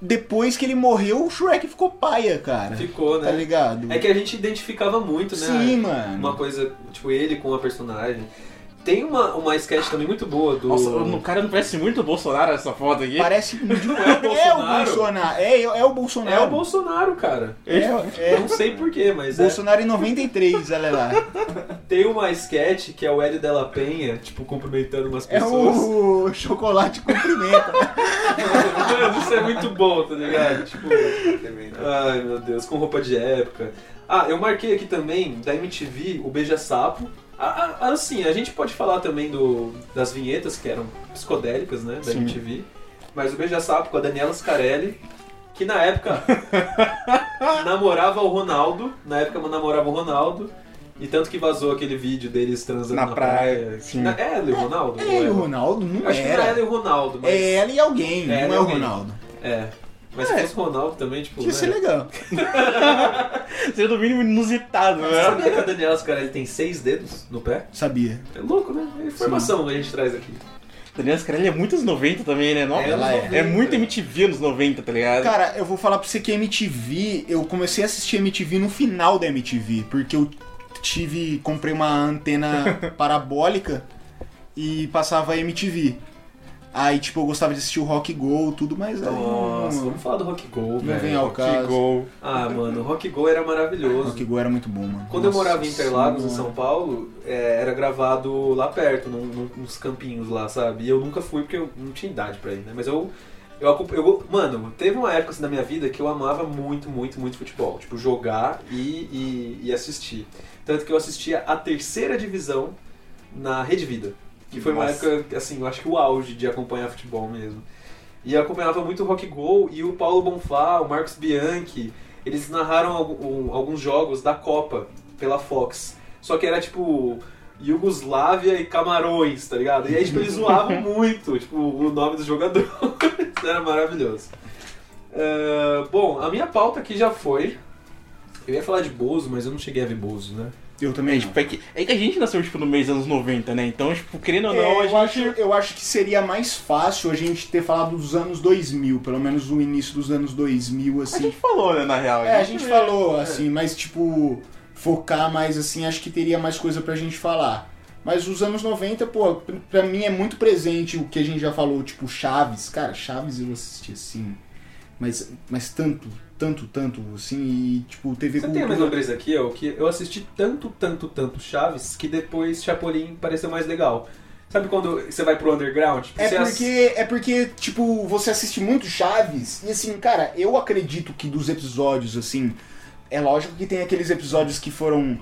D: depois que ele morreu, o Shrek ficou paia, cara.
B: Ficou,
D: Tá
B: né?
D: ligado?
B: É que a gente identificava muito, né?
D: Sim, mano.
B: Uma coisa, tipo, ele com a personagem. Tem uma, uma sketch também muito boa do.
C: Nossa, o cara não parece muito o Bolsonaro essa foto aqui.
D: Parece é o Bolsonaro. É, é o Bolsonaro.
B: É o Bolsonaro, cara.
D: É, é.
B: Não sei porquê, mas é.
D: Bolsonaro em 93, olha lá.
B: Tem uma sketch que é o Hélio Della Penha, tipo, cumprimentando umas
D: É
B: pessoas.
D: o chocolate cumprimenta.
B: Mano, isso é muito bom, tá ligado? Tipo, ai meu Deus, com roupa de época. Ah, eu marquei aqui também da MTV o Beija Sapo. Ah, ah, assim, a gente pode falar também do, das vinhetas que eram psicodélicas, né, da
C: Sim.
B: MTV. Mas o Beija Sapo com a Daniela Scarelli, que na época namorava o Ronaldo, na época namorava o Ronaldo. E tanto que vazou aquele vídeo deles transando na,
C: Na praia,
B: Que
C: sim.
B: na- é ela e o Ronaldo?
D: É
B: Ou
D: ele e o
B: ela?
D: Ronaldo? Não
B: Acho que era ela
D: era.
B: e o Ronaldo, mas...
D: É ela e alguém,
B: É ela e
D: não é o
B: alguém.
D: Ronaldo.
B: É. Mas se fosse o Ronaldo também, tipo.
D: Ia ser
B: né?
D: legal.
C: Seria no mínimo inusitado,
D: É.
B: Você
C: né?
B: Sabia que a Daniela Scarelli tem seis dedos no pé?
D: Sabia.
B: É louco, né? É informação que a gente traz aqui.
C: Daniela Scarelli é muito anos 90 também, né? Nossa,
D: Ela é.
C: é. muito MTV anos 90, tá ligado?
D: Cara, eu vou falar pra você que MTV, eu comecei a assistir MTV no final da MTV, porque eu tive, comprei uma antena parabólica e passava MTV. Aí, tipo, eu gostava de assistir o Rock Go, tudo, mas aí
B: Nossa,
D: não,
B: vamos falar do Rock Go,
D: não vem
B: velho.
D: ao
C: que
D: caso.
C: gol.
B: Ah, mano, o Rock Go era
D: O
B: maravilhoso.
D: Rock Go era muito bom, mano.
B: Quando eu
D: Nossa
B: morava em Interlagos, em
D: Senhora.
B: São Paulo, é, era gravado lá perto, num, num- nos campinhos lá, sabe? E eu nunca fui porque eu não tinha idade pra ir, né? Mas eu. Eu, acompan- eu- mano, teve uma época assim, na minha vida que eu amava muito, muito, muito futebol. Tipo, jogar e, e, e assistir. Tanto que eu assistia a terceira divisão na Rede Vida. Que foi
D: Nossa.
B: uma época, assim, eu acho que o auge de acompanhar futebol mesmo. E eu acompanhava muito o Rock Go e o Paulo Bonfá, o Marcos Bianchi. Eles narraram algu- um- alguns jogos da Copa pela Fox. Só que era tipo Yugoslávia e Camarões, tá ligado? E aí, tipo, eles zoavam muito, tipo, o nome dos jogadores. Era maravilhoso. Ah, bom, a minha pauta aqui já foi. Eu ia falar de Bozo, mas eu não cheguei a ver Bozo, né?
D: Eu
C: É,
D: também não.
C: tipo, é, que, é que a gente nasceu tipo, no mês dos anos 90, né? Então, tipo, querendo ou não,
D: É,
C: a
D: eu, acho,
C: gente.
D: eu acho que seria mais fácil a gente ter falado dos anos 2000, pelo menos o início dos anos 2000,
C: A
D: assim.
C: gente falou, né, na real.
D: É, a gente falou, assim, mas tipo, focar mais, assim, acho que teria mais coisa pra gente falar. Mas os anos 90, pô, pra- pra mim é muito presente o que a gente já falou, tipo, Chaves. Cara, Chaves eu assisti, assim, mas, mas tanto, tanto, tanto, assim, e tipo, TV
B: Você tem a
D: Cultura.
B: mesma brisa que eu, que eu assisti tanto, tanto, tanto Chaves, que depois Chapolin pareceu mais legal. Sabe quando você vai pro underground? Tipo,
D: É
B: você ass-
D: porque, é porque, tipo, você assiste muito Chaves, e assim, cara, eu acredito que dos episódios, assim, é lógico que tem aqueles episódios que foram.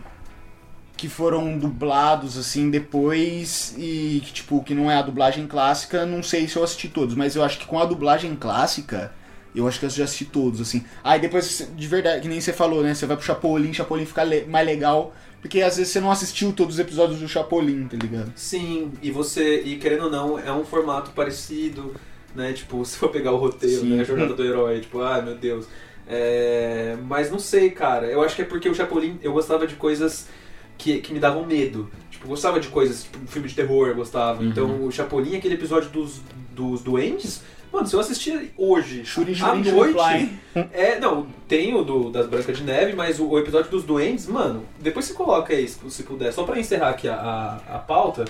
D: que foram dublados, assim, depois, e que, tipo, que não é a dublagem clássica, não sei se eu assisti todos, mas eu acho que com a dublagem clássica. Eu acho que eu já assisti todos, assim. Aí depois, de verdade, que nem você falou, né? Você vai pro Chapolin, Chapolin fica le- mais legal. Porque às vezes você não assistiu todos os episódios do Chapolin, tá ligado?
B: Sim, e você, e querendo ou não, é um formato parecido, né? Tipo, se for pegar o roteiro,
D: Sim.
B: né? A jornada do herói, tipo, ai meu Deus. É, mas não sei, cara. Eu acho que é porque o Chapolin, eu gostava de coisas que, que me davam medo. Tipo, eu gostava de coisas, tipo, filme de terror, eu gostava.
D: Uhum.
B: Então, o Chapolin, aquele episódio dos, dos doentes, mano, se eu assistir hoje,
D: Shuri
B: à
D: Shuri Shuri
B: noite,
D: Fly.
B: é, não, tem o do, das Brancas de Neve, mas o, o episódio dos Duendes, mano, depois você coloca aí, se, se puder. Só pra encerrar aqui a, a, a pauta,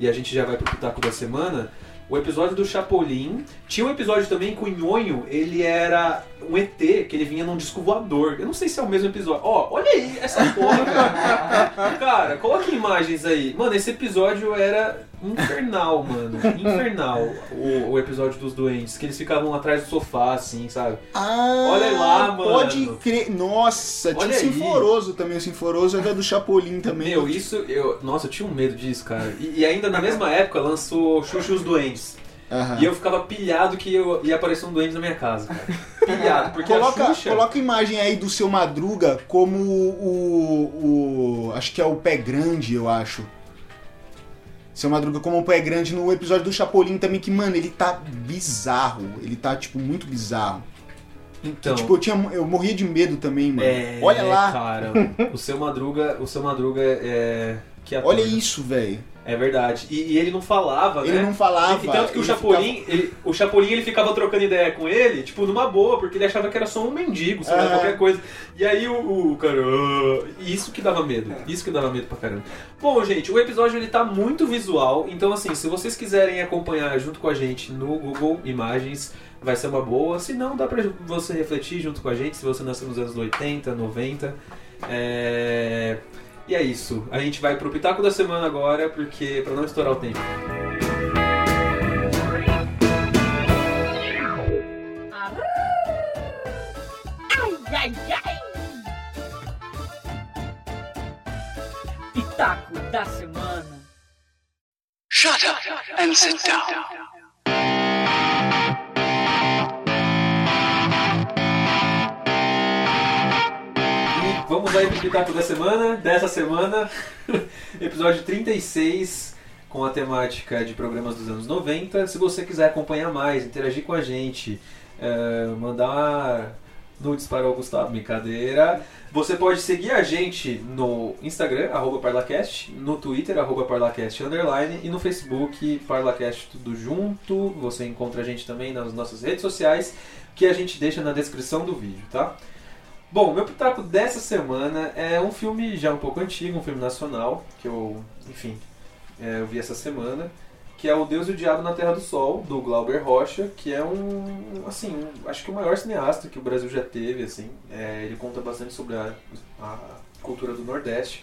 B: e a gente já vai pro Pitaco da Semana, o episódio do Chapolin. Tinha um episódio também com o Nhonho, ele era um ET, que ele vinha num disco voador. Eu não sei se é o mesmo episódio. Ó, olha aí essa porra, cara. cara, coloca imagens aí. Mano, esse episódio era infernal, mano. Infernal, o, o episódio dos Duendes, que eles ficavam atrás do sofá, assim, sabe?
D: Ah,
B: Olha lá,
D: Pode
B: mano.
D: crer. Nossa, tinha o
B: Olha aí.
D: Sinforoso também. O Sinforoso era do Chapolin também. né?
B: Meu, isso eu. Nossa, eu tinha um medo disso, cara. E, e ainda na mesma época lançou Xuxa e os Doentes.
D: Aham.
B: E eu ficava pilhado que eu, ia aparecer um doente na minha casa, cara. Pilhado, porque
D: Coloca,
B: a Xuxa.
D: coloca a imagem aí do seu Madruga como o, o- Acho que é o Pé Grande, eu acho. Seu Madruga como o Pé Grande no episódio do Chapolin também, que, mano, ele tá bizarro. Ele tá, tipo, muito bizarro.
B: Então.
D: Tipo, eu, tinha, eu morria de medo também, mano.
B: é,
D: Olha lá.
B: Cara, o seu Madruga. O seu Madruga é. Que ator,
D: Olha
B: né?
D: isso, velho.
B: É verdade. E, e ele não falava,
D: Ele
B: né?
D: não falava.
B: E tanto que o
D: ele
B: Chapolin, ele, o Chapolin ele ficava trocando ideia com ele, tipo, numa boa, porque ele achava que era só um mendigo, sei lá,
D: Ah.
B: qualquer coisa. E aí o, o cara. "Ah", Isso que dava medo. Isso que dava medo pra caramba. Bom, gente, o episódio ele tá muito visual, então assim, se vocês quiserem acompanhar junto com a gente no Google Imagens, vai ser uma boa. Se não, dá pra você refletir junto com a gente, se você nasceu nos anos 80, 90. É... E é isso. A gente vai pro Pitaco da Semana agora, porque pra não estourar o tempo.
F: Pitaco da Semana.
B: E vamos aí pro Pitaco da Semana, dessa semana, episódio 36, com a temática de programas dos anos 90. Se você quiser acompanhar mais, interagir com a gente, eh, mandar nudes para o Gustavo, brincadeira. Você pode seguir a gente no Instagram, arroba Parlacast, no Twitter, arroba Parlacast underline, e no Facebook, Parlacast tudo junto. Você encontra a gente também nas nossas redes sociais, que a gente deixa na descrição do vídeo, tá? Bom, meu pitaco dessa semana é um filme já um pouco antigo, um filme nacional, que eu, enfim, é, eu vi essa semana, que é O Deus e o Diabo na Terra do Sol, do Glauber Rocha, que é um, assim, um- acho que o maior cineasta que o Brasil já teve, assim. É, ele conta bastante sobre a, a cultura do Nordeste.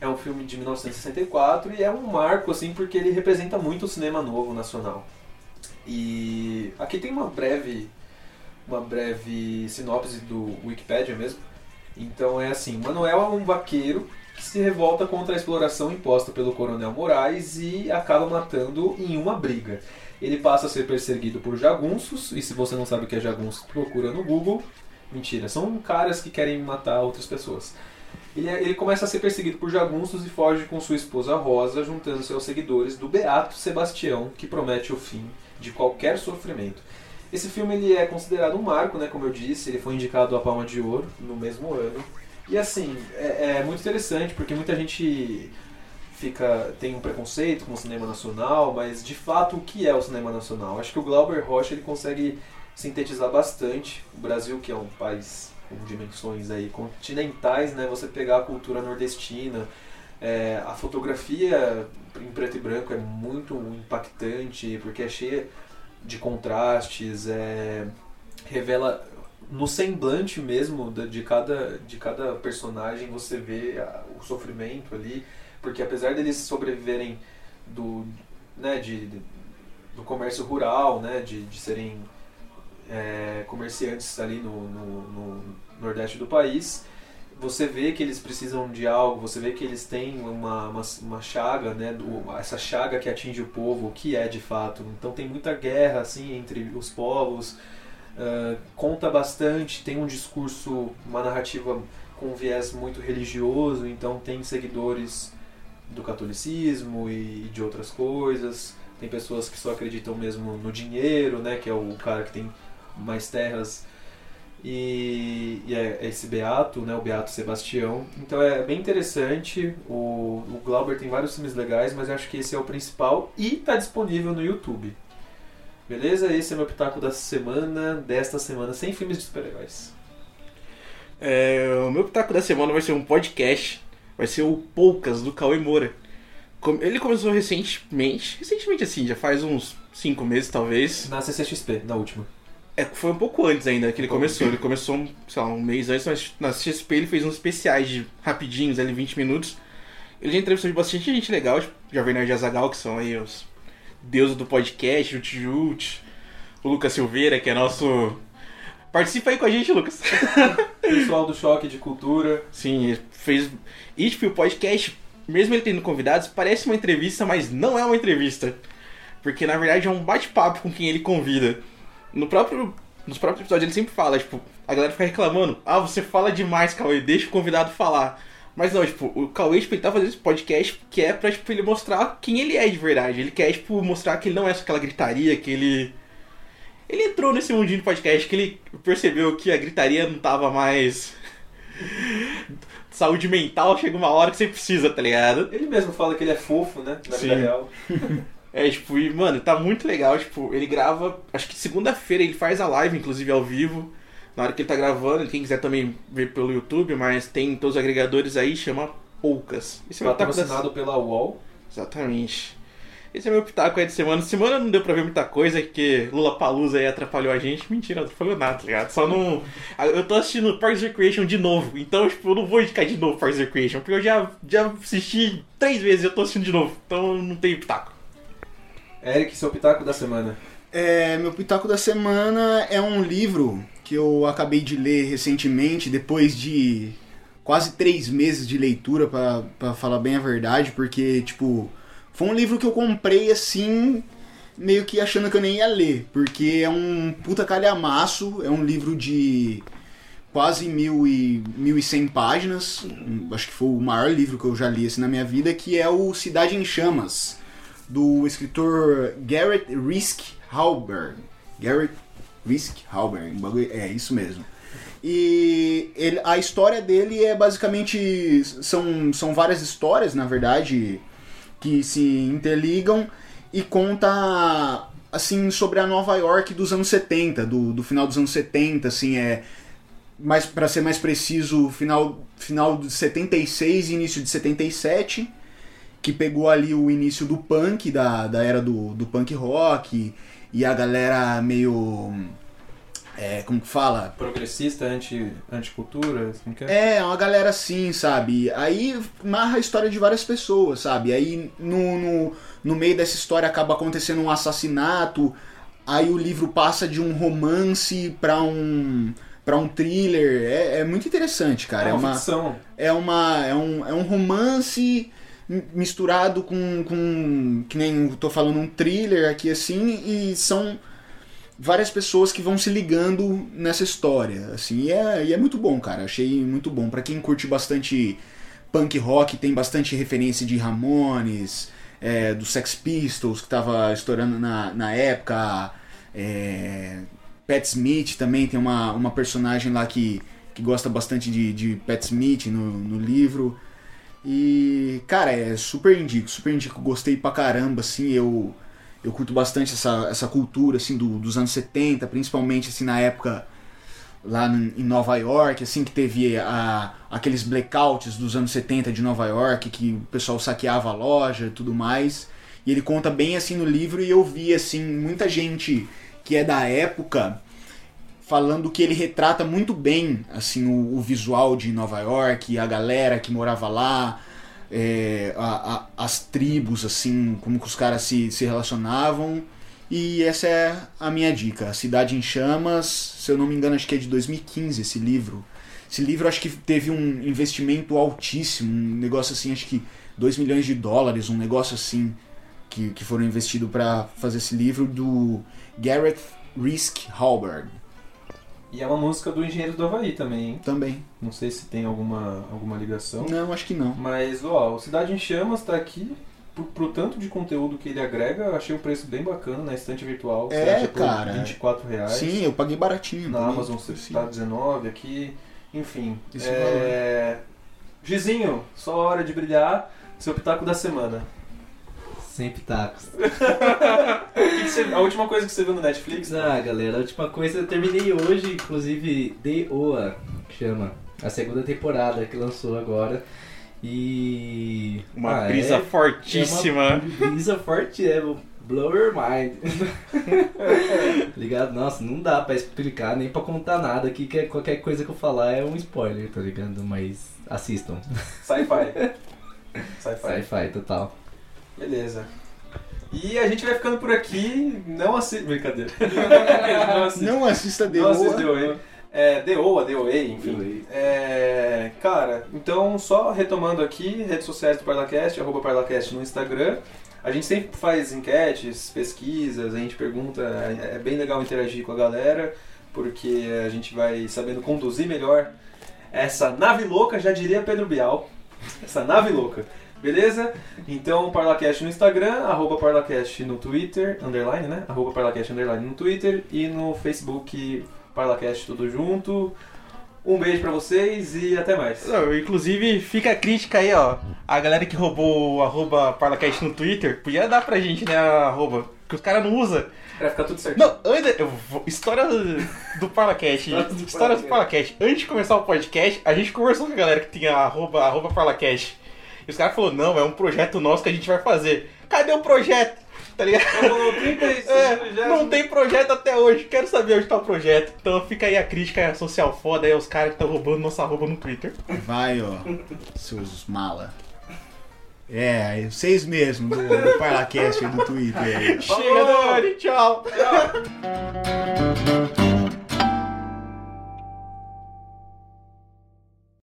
B: É um filme de 1964 e é um marco, assim, porque ele representa muito o cinema novo nacional. E aqui tem uma breve uma breve sinopse do Wikipedia mesmo. Então é assim, Manuel é um vaqueiro que se revolta contra a exploração imposta pelo coronel Moraes e acaba matando em uma briga. Ele passa a ser perseguido por jagunços, e se você não sabe o que é jagunço, procura no Google. Mentira, são caras que querem matar outras pessoas. Ele, é- ele começa a ser perseguido por jagunços e foge com sua esposa Rosa, juntando-se aos seguidores do Beato Sebastião, que promete o fim de qualquer sofrimento. Esse filme ele é considerado um marco, né? Como eu disse, ele foi indicado à Palma de Ouro no mesmo ano. E assim, é, é muito interessante porque muita gente fica tem um preconceito com o cinema nacional, mas de fato o que é o cinema nacional? Acho que o Glauber Rocha ele consegue sintetizar bastante o Brasil, que é um país com dimensões aí continentais, né? Você pegar a cultura nordestina, é, a fotografia em preto e branco é muito impactante porque é cheia de contrastes, é, revela no semblante mesmo da- de cada, de cada personagem você vê a- o sofrimento ali, porque apesar deles sobreviverem do, né, de, de- do comércio rural, né, de, de serem é, comerciantes ali no, no- no nordeste do país, você vê que eles precisam de algo, você vê que eles têm uma, uma, uma chaga, né, do- essa chaga que atinge o povo, o que é de fato. Então tem muita guerra assim entre os povos, Uh, conta bastante, tem um discurso, uma narrativa com um viés muito religioso, então tem seguidores do catolicismo e, e de outras coisas. Tem pessoas que só acreditam mesmo no dinheiro, né, que é o cara que tem mais terras. E, e é, é esse Beato, né, o Beato Sebastião. Então é bem interessante. O, o Glauber tem vários filmes legais, mas eu acho que esse é o principal e tá disponível no YouTube. Beleza? Esse é meu pitaco da semana, desta semana, sem filmes de super-heróis.
C: É, o meu pitaco da semana vai ser um podcast. Vai ser o Poucas, do Cauê Moura. Com- Ele começou recentemente, recentemente assim, já faz uns 5 meses talvez.
B: Na CCXP, na última.
C: É, foi um pouco antes ainda que ele começou. Ele começou, um, sei lá, um mês antes, mas na CXP ele fez uns especiais de rapidinhos, ali 20 minutos. Ele já entrevistou bastante gente legal, tipo, Jovem Nerd e Azagal, que são aí os deuses do podcast, o Tijut, o Lucas Silveira, que é nosso. Participa aí com a gente, Lucas.
B: Pessoal do Choque de Cultura.
C: Sim, ele fez. E tipo, o podcast, mesmo ele tendo convidados, parece uma entrevista, mas não é uma entrevista. Porque na verdade é um bate-papo com quem ele convida. No próprio, nos próprios episódios ele sempre fala, tipo, a galera fica reclamando: ah, você fala demais, Cauê, deixa o convidado falar. Mas não, tipo, o Cauê, tipo, ele tá fazendo esse podcast que é pra, tipo, ele mostrar quem ele é de verdade. Ele quer, tipo, mostrar que ele não é só aquela gritaria, que ele. Ele entrou nesse mundinho de podcast que ele percebeu que a gritaria não tava mais saúde mental chega uma hora que você precisa, tá ligado?
B: Ele mesmo fala que ele é fofo, né? Na vida
C: Sim.
B: real.
C: É, tipo, e, mano, tá muito legal, tipo, ele grava, acho que segunda-feira ele faz a live, inclusive, ao vivo, na hora que ele tá gravando, quem quiser também ver pelo YouTube, mas tem todos os agregadores aí, chama Poucas. Esse é o meu pitaco da...
B: Tá Patrocinado pela UOL.
C: Exatamente. Esse é meu pitaco aí de semana. Semana não deu pra ver muita coisa, porque Lula Palusa aí atrapalhou a gente. Mentira, não atrapalhou nada, tá ligado? Só não. Ah, Eu tô assistindo Parks and Recreation de novo, então, tipo, eu não vou indicar de novo Parks and Recreation, porque eu já, já assisti três vezes e eu tô assistindo de novo, então não tem pitaco.
B: Eric, seu pitaco da semana.
D: É, meu pitaco da semana é um livro que eu acabei de ler recentemente, depois de quase três meses de leitura, pra pra falar bem a verdade, porque, tipo, foi um livro que eu comprei assim, meio que achando que eu nem ia ler, porque é um puta calhamaço, é um livro de quase mil e, mil e cem páginas, acho que foi o maior livro que eu já li assim, na minha vida, que é o Cidade em Chamas, do escritor Garrett Risk Halberd. Garrett Risk Halberd, o bagulho- é isso mesmo. E ele- a história dele é basicamente. São, são várias histórias, na verdade, que se interligam e conta assim sobre a Nova York dos anos 70, do, do final dos anos 70, assim, é mas para ser mais preciso, final final de 76 e início de 77, que pegou ali o início do punk, da, da era do, do punk rock, e a galera meio. É, como que fala?
B: Progressista, anti, anticultura, assim que é.
D: É, uma galera assim, sabe? Aí narra a história de várias pessoas, sabe? Aí no, no, no meio dessa história acaba acontecendo um assassinato, aí o livro passa de um romance pra um para um thriller. É, é muito interessante,
B: é
D: cara. É uma,
B: ficção.
D: é uma é um, é um romance mi- misturado com, com que nem eu tô falando um thriller aqui assim e são várias pessoas que vão se ligando nessa história, assim, e é, e é muito bom, cara, achei muito bom. Pra quem curte bastante punk rock, tem bastante referência de Ramones, é, do Sex Pistols, que tava estourando na, na época, é, Pat Smith também tem uma, uma personagem lá que, que gosta bastante de, de Pat Smith no, no livro. E, cara, é super indico, super indico. Gostei pra caramba, assim, eu eu curto bastante essa, essa cultura, assim, do- dos anos 70, principalmente, assim, na época lá n- em Nova York, assim, que teve a- aqueles blackouts dos anos 70 de Nova York, que o pessoal saqueava a loja e tudo mais. E ele conta bem, assim, no livro e eu vi, assim, muita gente que é da época falando que ele retrata muito bem, assim, o, o visual de Nova York, a galera que morava lá, é, a- a- as tribos, assim, como que os caras se, se relacionavam. E essa é a minha dica. A Cidade em Chamas, se eu não me engano, acho que é de 2015 esse livro. Esse livro acho que teve um investimento altíssimo, um negócio assim, acho que 2 milhões de dólares, um negócio assim, que, que foram investidos para fazer esse livro do Gareth Risk Halberg
B: E é uma música do Engenheiro do Havaí também, hein?
D: também. Então,
B: Não sei se tem alguma, alguma ligação.
D: Não, acho que não.
B: Mas, ó, o Cidade em Chamas tá aqui. Pro, pro tanto de conteúdo que ele agrega, eu achei o preço bem bacana na estante virtual. Você
D: É,
B: acha por
D: cara.
B: 24 reais.
D: Sim, eu paguei baratinho.
B: Na
D: também,
B: Amazon você
D: sim.
B: tá 19 aqui. Enfim.
D: Esse
B: É... Gizinho, só a hora de brilhar. Seu pitaco da semana.
G: Sem pitacos.
B: O que que você- a última coisa que você viu no Netflix?
G: Ah, galera, a última coisa eu terminei hoje, inclusive, The Oa, que chama. A segunda temporada que lançou agora. E.
C: Uma
G: Ah,
C: brisa
G: é-
C: fortíssima.
G: É uma brisa forte, é. Blow your mind. ligado? Nossa, não dá pra explicar nem pra contar nada aqui, que é- qualquer coisa que eu falar é um spoiler, tá ligado? Mas assistam.
B: Sci-fi. Sci-fi.
G: Sci-fi total.
B: Beleza. E a gente vai ficando por aqui. Não assista. Brincadeira. não assista.
D: Não assista The
B: Não assista
D: Oa.
B: The Way. É, The Oa, The Way, enfim. É, cara, então só retomando aqui, redes sociais do Parlacast, arroba Parlacast no Instagram. A gente sempre faz enquetes, pesquisas, a gente pergunta, é bem legal interagir com a galera, porque a gente vai sabendo conduzir melhor essa nave louca, já diria Pedro Bial, essa nave louca, beleza? Então, Parlacast no Instagram, arroba Parlacast no Twitter, underline, né? Arroba Parlacast underline no Twitter e no Facebook Parlacast tudo junto. Um beijo pra vocês e até mais.
C: Não, Inclusive, fica a crítica aí, ó. A galera que roubou o arroba Parlacast no Twitter, podia dar pra gente, né, a arroba. Que os caras não usam.
B: Pra ficar tudo certo.
C: Não, antes. eu vou- História do Parlacast.
B: História do
C: História do Parlacast. Antes de começar o podcast, a gente conversou com a galera que tinha a arroba, a arroba Parlacast. E os caras falaram, não, é um projeto nosso que a gente vai fazer. Cadê o projeto? Tá ligado?
B: Falou 36,
C: É,
B: já-
C: não tem projeto até hoje, quero saber onde tá o projeto. Então fica aí a crítica social foda aí aos caras que estão roubando nossa arroba no Twitter.
D: Vai, ó, seus mala. É, vocês mesmos do, do Parlacast aí do Twitter.
C: Chega, Dani, tchau.